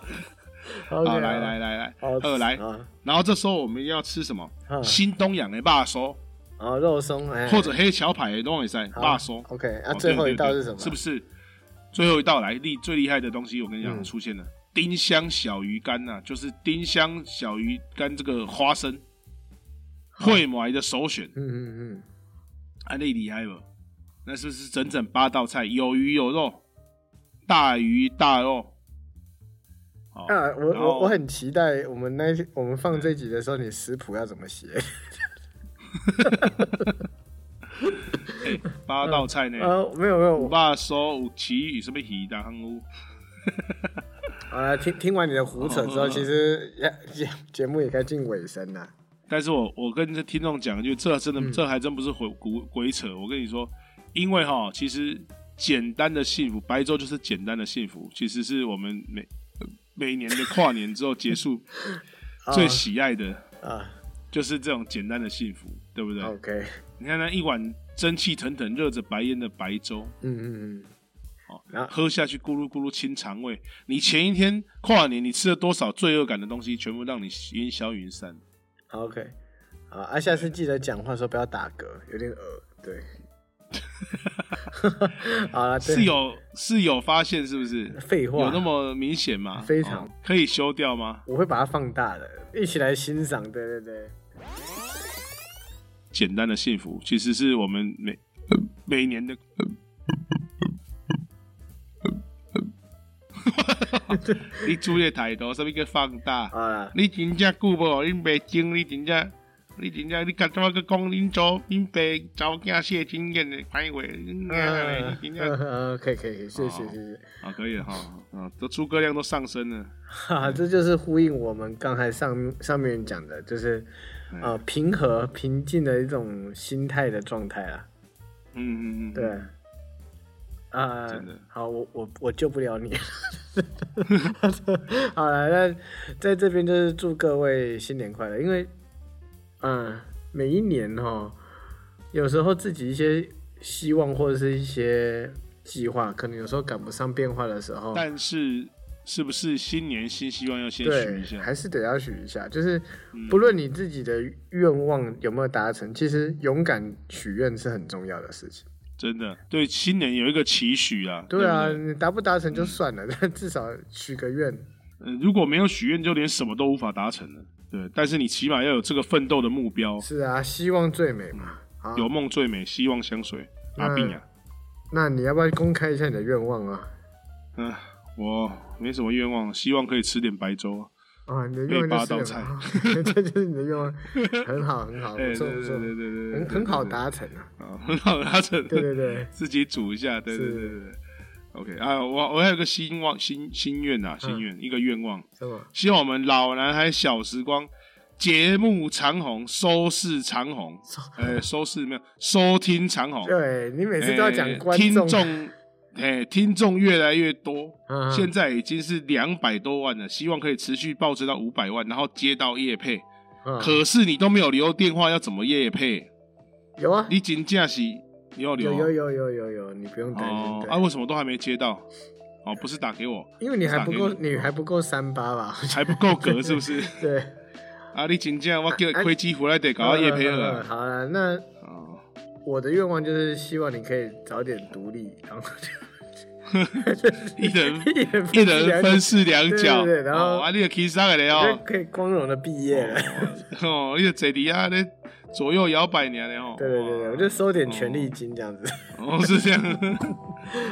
[SPEAKER 3] 好
[SPEAKER 2] 好来来，来来，
[SPEAKER 3] 好
[SPEAKER 2] 二来，
[SPEAKER 3] 啊
[SPEAKER 2] 然后这时候我们要吃什么？
[SPEAKER 3] 嗯
[SPEAKER 2] 新东阳的霸收，
[SPEAKER 3] 啊，肉松哎，
[SPEAKER 2] 或者黑桥牌的东西塞
[SPEAKER 3] 好
[SPEAKER 2] 霸收。
[SPEAKER 3] OK，啊，
[SPEAKER 2] 哦
[SPEAKER 3] 最后一道是什
[SPEAKER 2] 对
[SPEAKER 3] 么？
[SPEAKER 2] 对对是不是最后一道来厉最厉害的东西？我跟你讲，
[SPEAKER 3] 嗯
[SPEAKER 2] 出现了丁香小鱼干呐、就是丁香小鱼干这个花生，会买的首选，
[SPEAKER 3] 嗯嗯嗯，
[SPEAKER 2] 安利厉害吧？那是不是整整八道菜，有鱼有肉，大鱼大肉？好
[SPEAKER 3] 啊，我
[SPEAKER 2] 哦然后
[SPEAKER 3] 我我很期待我们那我们放这集的时候，你食谱要怎么写？
[SPEAKER 2] 哎八道菜呢，
[SPEAKER 3] 啊，没有没有，
[SPEAKER 2] 五
[SPEAKER 3] 我
[SPEAKER 2] 霸收五旗鱼什么鱼的汤屋。
[SPEAKER 3] 啊，听听完你的胡扯之
[SPEAKER 2] 嗯
[SPEAKER 3] 后，其实也节节目也该进尾声了。
[SPEAKER 2] 但是我我跟这听众讲一句，这真的、这还真不是鬼鬼鬼扯。我跟你说，因为哈，其实简单的幸福，白昼就是简单的幸福，其实是我们每呃每年的跨年之后结束最喜爱的，
[SPEAKER 3] 啊
[SPEAKER 2] 就是这种简单的幸福，对不对？
[SPEAKER 3] ，OK，
[SPEAKER 2] 你看那一碗蒸汽腾腾、热着白烟的白粥，
[SPEAKER 3] 嗯嗯嗯，
[SPEAKER 2] 哦
[SPEAKER 3] 啊，
[SPEAKER 2] 喝下去咕噜咕噜清肠胃。你前一天跨年你吃了多少罪恶感的东西，全部让你烟消云散。
[SPEAKER 3] 好 OK，好啊，下次记得讲话的时候不要打嗝，有点恶，对。 好了，对
[SPEAKER 2] 是有是有发现是不是？
[SPEAKER 3] 废话，
[SPEAKER 2] 有那么明显吗？
[SPEAKER 3] 非常
[SPEAKER 2] 哦可以修掉吗？
[SPEAKER 3] 我会把它放大的，一起来欣赏。对对对，
[SPEAKER 2] 简单的幸福其实是我们每、呃每年的。 呃你主的抬头，什么叫放大？
[SPEAKER 3] 好啦，
[SPEAKER 2] 你真正久无，恁爸经，你真正，你真正，你甲怎个讲恁祖恁爸查某囝谢金燕的歹话，恁娘的你真正
[SPEAKER 3] 嗯，可以可以，可以谢谢
[SPEAKER 2] 哦
[SPEAKER 3] 谢谢，
[SPEAKER 2] 啊，可以了哈，啊，都诸葛亮都上升了，
[SPEAKER 3] 哈哈，啊这就是呼应我们刚才上上面讲的，就是
[SPEAKER 2] 嗯
[SPEAKER 3] 呃平和平静的一种心态的状态啊。
[SPEAKER 2] 嗯嗯嗯，
[SPEAKER 3] 对，啊、
[SPEAKER 2] 真的
[SPEAKER 3] 好，我我我救不了 你。好了，那在这边就是祝各位新年快乐，因为，嗯、每一年哦，有时候自己一些希望或者是一些计划，可能有时候赶不上变化的时候，
[SPEAKER 2] 但是是不是新年新希望要先许
[SPEAKER 3] 对
[SPEAKER 2] 一，下？嗯
[SPEAKER 3] 还是得要许一下，就是不论你自己的愿望有没有达成，其实勇敢许愿是很重要的事情。
[SPEAKER 2] 真的，对新年有一个期许啊，
[SPEAKER 3] 对啊，
[SPEAKER 2] 不对
[SPEAKER 3] 你达不达
[SPEAKER 2] 嗯
[SPEAKER 3] 成就算了，但至少许个愿。
[SPEAKER 2] 呃如果没有许愿，就连什么都无法达成了，对，但是你起码要有这个奋斗的目标，
[SPEAKER 3] 是啊，希望最美嘛。好，
[SPEAKER 2] 嗯有梦最美，希望相随，阿
[SPEAKER 3] 嗯
[SPEAKER 2] 病啊。
[SPEAKER 3] 那你要不要公开一下你的愿望啊？
[SPEAKER 2] 嗯，我没什么愿望，希望可以吃点白粥啊。
[SPEAKER 3] 啊，你的愿望就是这个 嘛，这就是你的愿望，很好，很好，
[SPEAKER 2] 哎、
[SPEAKER 3] 不 错，
[SPEAKER 2] 对
[SPEAKER 3] 不
[SPEAKER 2] 对
[SPEAKER 3] 错
[SPEAKER 2] 对，对对对，
[SPEAKER 3] 很很好达成啊。
[SPEAKER 2] 啊，很好达成。
[SPEAKER 3] 对对对，
[SPEAKER 2] 自己煮一下，对对
[SPEAKER 3] 是
[SPEAKER 2] 对对对。OK 啊，我我还有个心望心心愿呐，心
[SPEAKER 3] 嗯
[SPEAKER 2] 愿、一个愿望，
[SPEAKER 3] 什么？
[SPEAKER 2] 希望我们老男孩小时光节目长虹，收视长虹，呃，收视没有收听长虹，
[SPEAKER 3] 对你每次都要讲
[SPEAKER 2] 哎
[SPEAKER 3] 观
[SPEAKER 2] 听
[SPEAKER 3] 众，
[SPEAKER 2] 众，哎，听众越来越多，
[SPEAKER 3] 嗯
[SPEAKER 2] 现在已经是两百多万了，希望可以持续保持到五百万，然后接到业配。
[SPEAKER 3] 嗯
[SPEAKER 2] 可是你都没有留电话，要怎么业配？
[SPEAKER 3] 有啊，
[SPEAKER 2] 你真正是你要留
[SPEAKER 3] 有
[SPEAKER 2] 啊
[SPEAKER 3] 有有有有有，你不用担心
[SPEAKER 2] 哦，
[SPEAKER 3] 对
[SPEAKER 2] 啊，为什么都还没接到？哦，不是打给 我，
[SPEAKER 3] 因为你还不够，
[SPEAKER 2] 打给
[SPEAKER 3] 你还不够三八吧？
[SPEAKER 2] 还不够格是不是？
[SPEAKER 3] 对，
[SPEAKER 2] 啊，你真正我叫开机回来得搞到业配
[SPEAKER 3] 嗯嗯嗯
[SPEAKER 2] 了。啊
[SPEAKER 3] 好了，那
[SPEAKER 2] 哦，
[SPEAKER 3] 我的愿望就是希望你可以早点独立，然后 啊
[SPEAKER 2] 一人
[SPEAKER 3] 一人
[SPEAKER 2] 一人 分饰两角，
[SPEAKER 3] 对对对然后
[SPEAKER 2] 哦啊，你个起啥个了
[SPEAKER 3] 就
[SPEAKER 2] 哦。
[SPEAKER 3] 可以光荣的毕业了。
[SPEAKER 2] 哦，你就坐伫啊，咧左右摇摆年的哦。
[SPEAKER 3] 对对对对，我就收点权利金这样子
[SPEAKER 2] 哦是这样，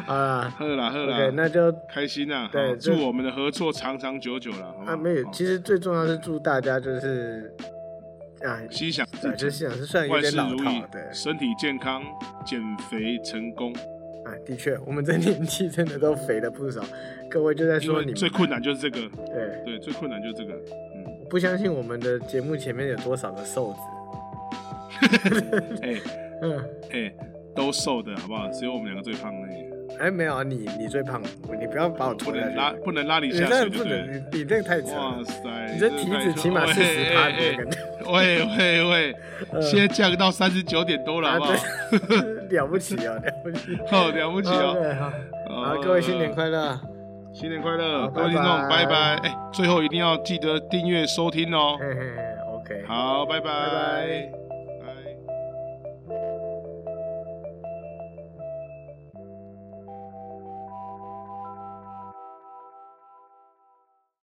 [SPEAKER 2] 哦
[SPEAKER 3] 啊。
[SPEAKER 2] 喝啦喝
[SPEAKER 3] OK，
[SPEAKER 2] 啦，
[SPEAKER 3] 那就
[SPEAKER 2] 开心啊！
[SPEAKER 3] 对
[SPEAKER 2] 好
[SPEAKER 3] 这
[SPEAKER 2] 祝我们的合作长长久久了，好不好
[SPEAKER 3] 啊没有，
[SPEAKER 2] 好
[SPEAKER 3] 其实最重要是祝大家就是啊，
[SPEAKER 2] 心想
[SPEAKER 3] 对，就是想是虽然有
[SPEAKER 2] 万
[SPEAKER 3] 点
[SPEAKER 2] 事
[SPEAKER 3] 老
[SPEAKER 2] 如
[SPEAKER 3] 套，对
[SPEAKER 2] 意，身体健康，减肥成功。
[SPEAKER 3] 啊，的确，我们这年纪真的都肥了不少。各位就在
[SPEAKER 2] 因
[SPEAKER 3] 说
[SPEAKER 2] 为
[SPEAKER 3] 你们
[SPEAKER 2] 最困难就是这个，
[SPEAKER 3] 对，
[SPEAKER 2] 对，最困难就是这个。嗯，
[SPEAKER 3] 我不相信我们的节目前面有多少个瘦子。
[SPEAKER 2] 哎
[SPEAKER 3] 嗯，
[SPEAKER 2] 哎，都瘦的好不好？只有我们两个最胖而已，
[SPEAKER 3] 哎，没有啊，你你最胖，你不要把我
[SPEAKER 2] 不
[SPEAKER 3] 拖下
[SPEAKER 2] 能拉，
[SPEAKER 3] 去。
[SPEAKER 2] 不能拉你
[SPEAKER 3] 你
[SPEAKER 2] 下
[SPEAKER 3] 这
[SPEAKER 2] 水
[SPEAKER 3] 不
[SPEAKER 2] 就对了。
[SPEAKER 3] 能，你你这个太扯
[SPEAKER 2] 哇
[SPEAKER 3] 了。
[SPEAKER 2] 塞，
[SPEAKER 3] 你这体脂起码
[SPEAKER 2] 太哎
[SPEAKER 3] 40%
[SPEAKER 2] 哎
[SPEAKER 3] 的感觉
[SPEAKER 2] 喂喂喂，
[SPEAKER 3] 嗯
[SPEAKER 2] 现在降到三十九点多了，
[SPEAKER 3] 啊，
[SPEAKER 2] 好不好？
[SPEAKER 3] 对，了不起啊，了不起。
[SPEAKER 2] 好 了不起
[SPEAKER 3] 啊
[SPEAKER 2] 哦！
[SPEAKER 3] 对好，
[SPEAKER 2] 好
[SPEAKER 3] 好，各位新年快乐。
[SPEAKER 2] 新年快乐，
[SPEAKER 3] 好
[SPEAKER 2] 各位听众，拜
[SPEAKER 3] 拜拜
[SPEAKER 2] 拜！哎，最后一定要记得订阅收听哦。
[SPEAKER 3] 嘿嘿嘿，OK。
[SPEAKER 2] 好，拜
[SPEAKER 3] 拜拜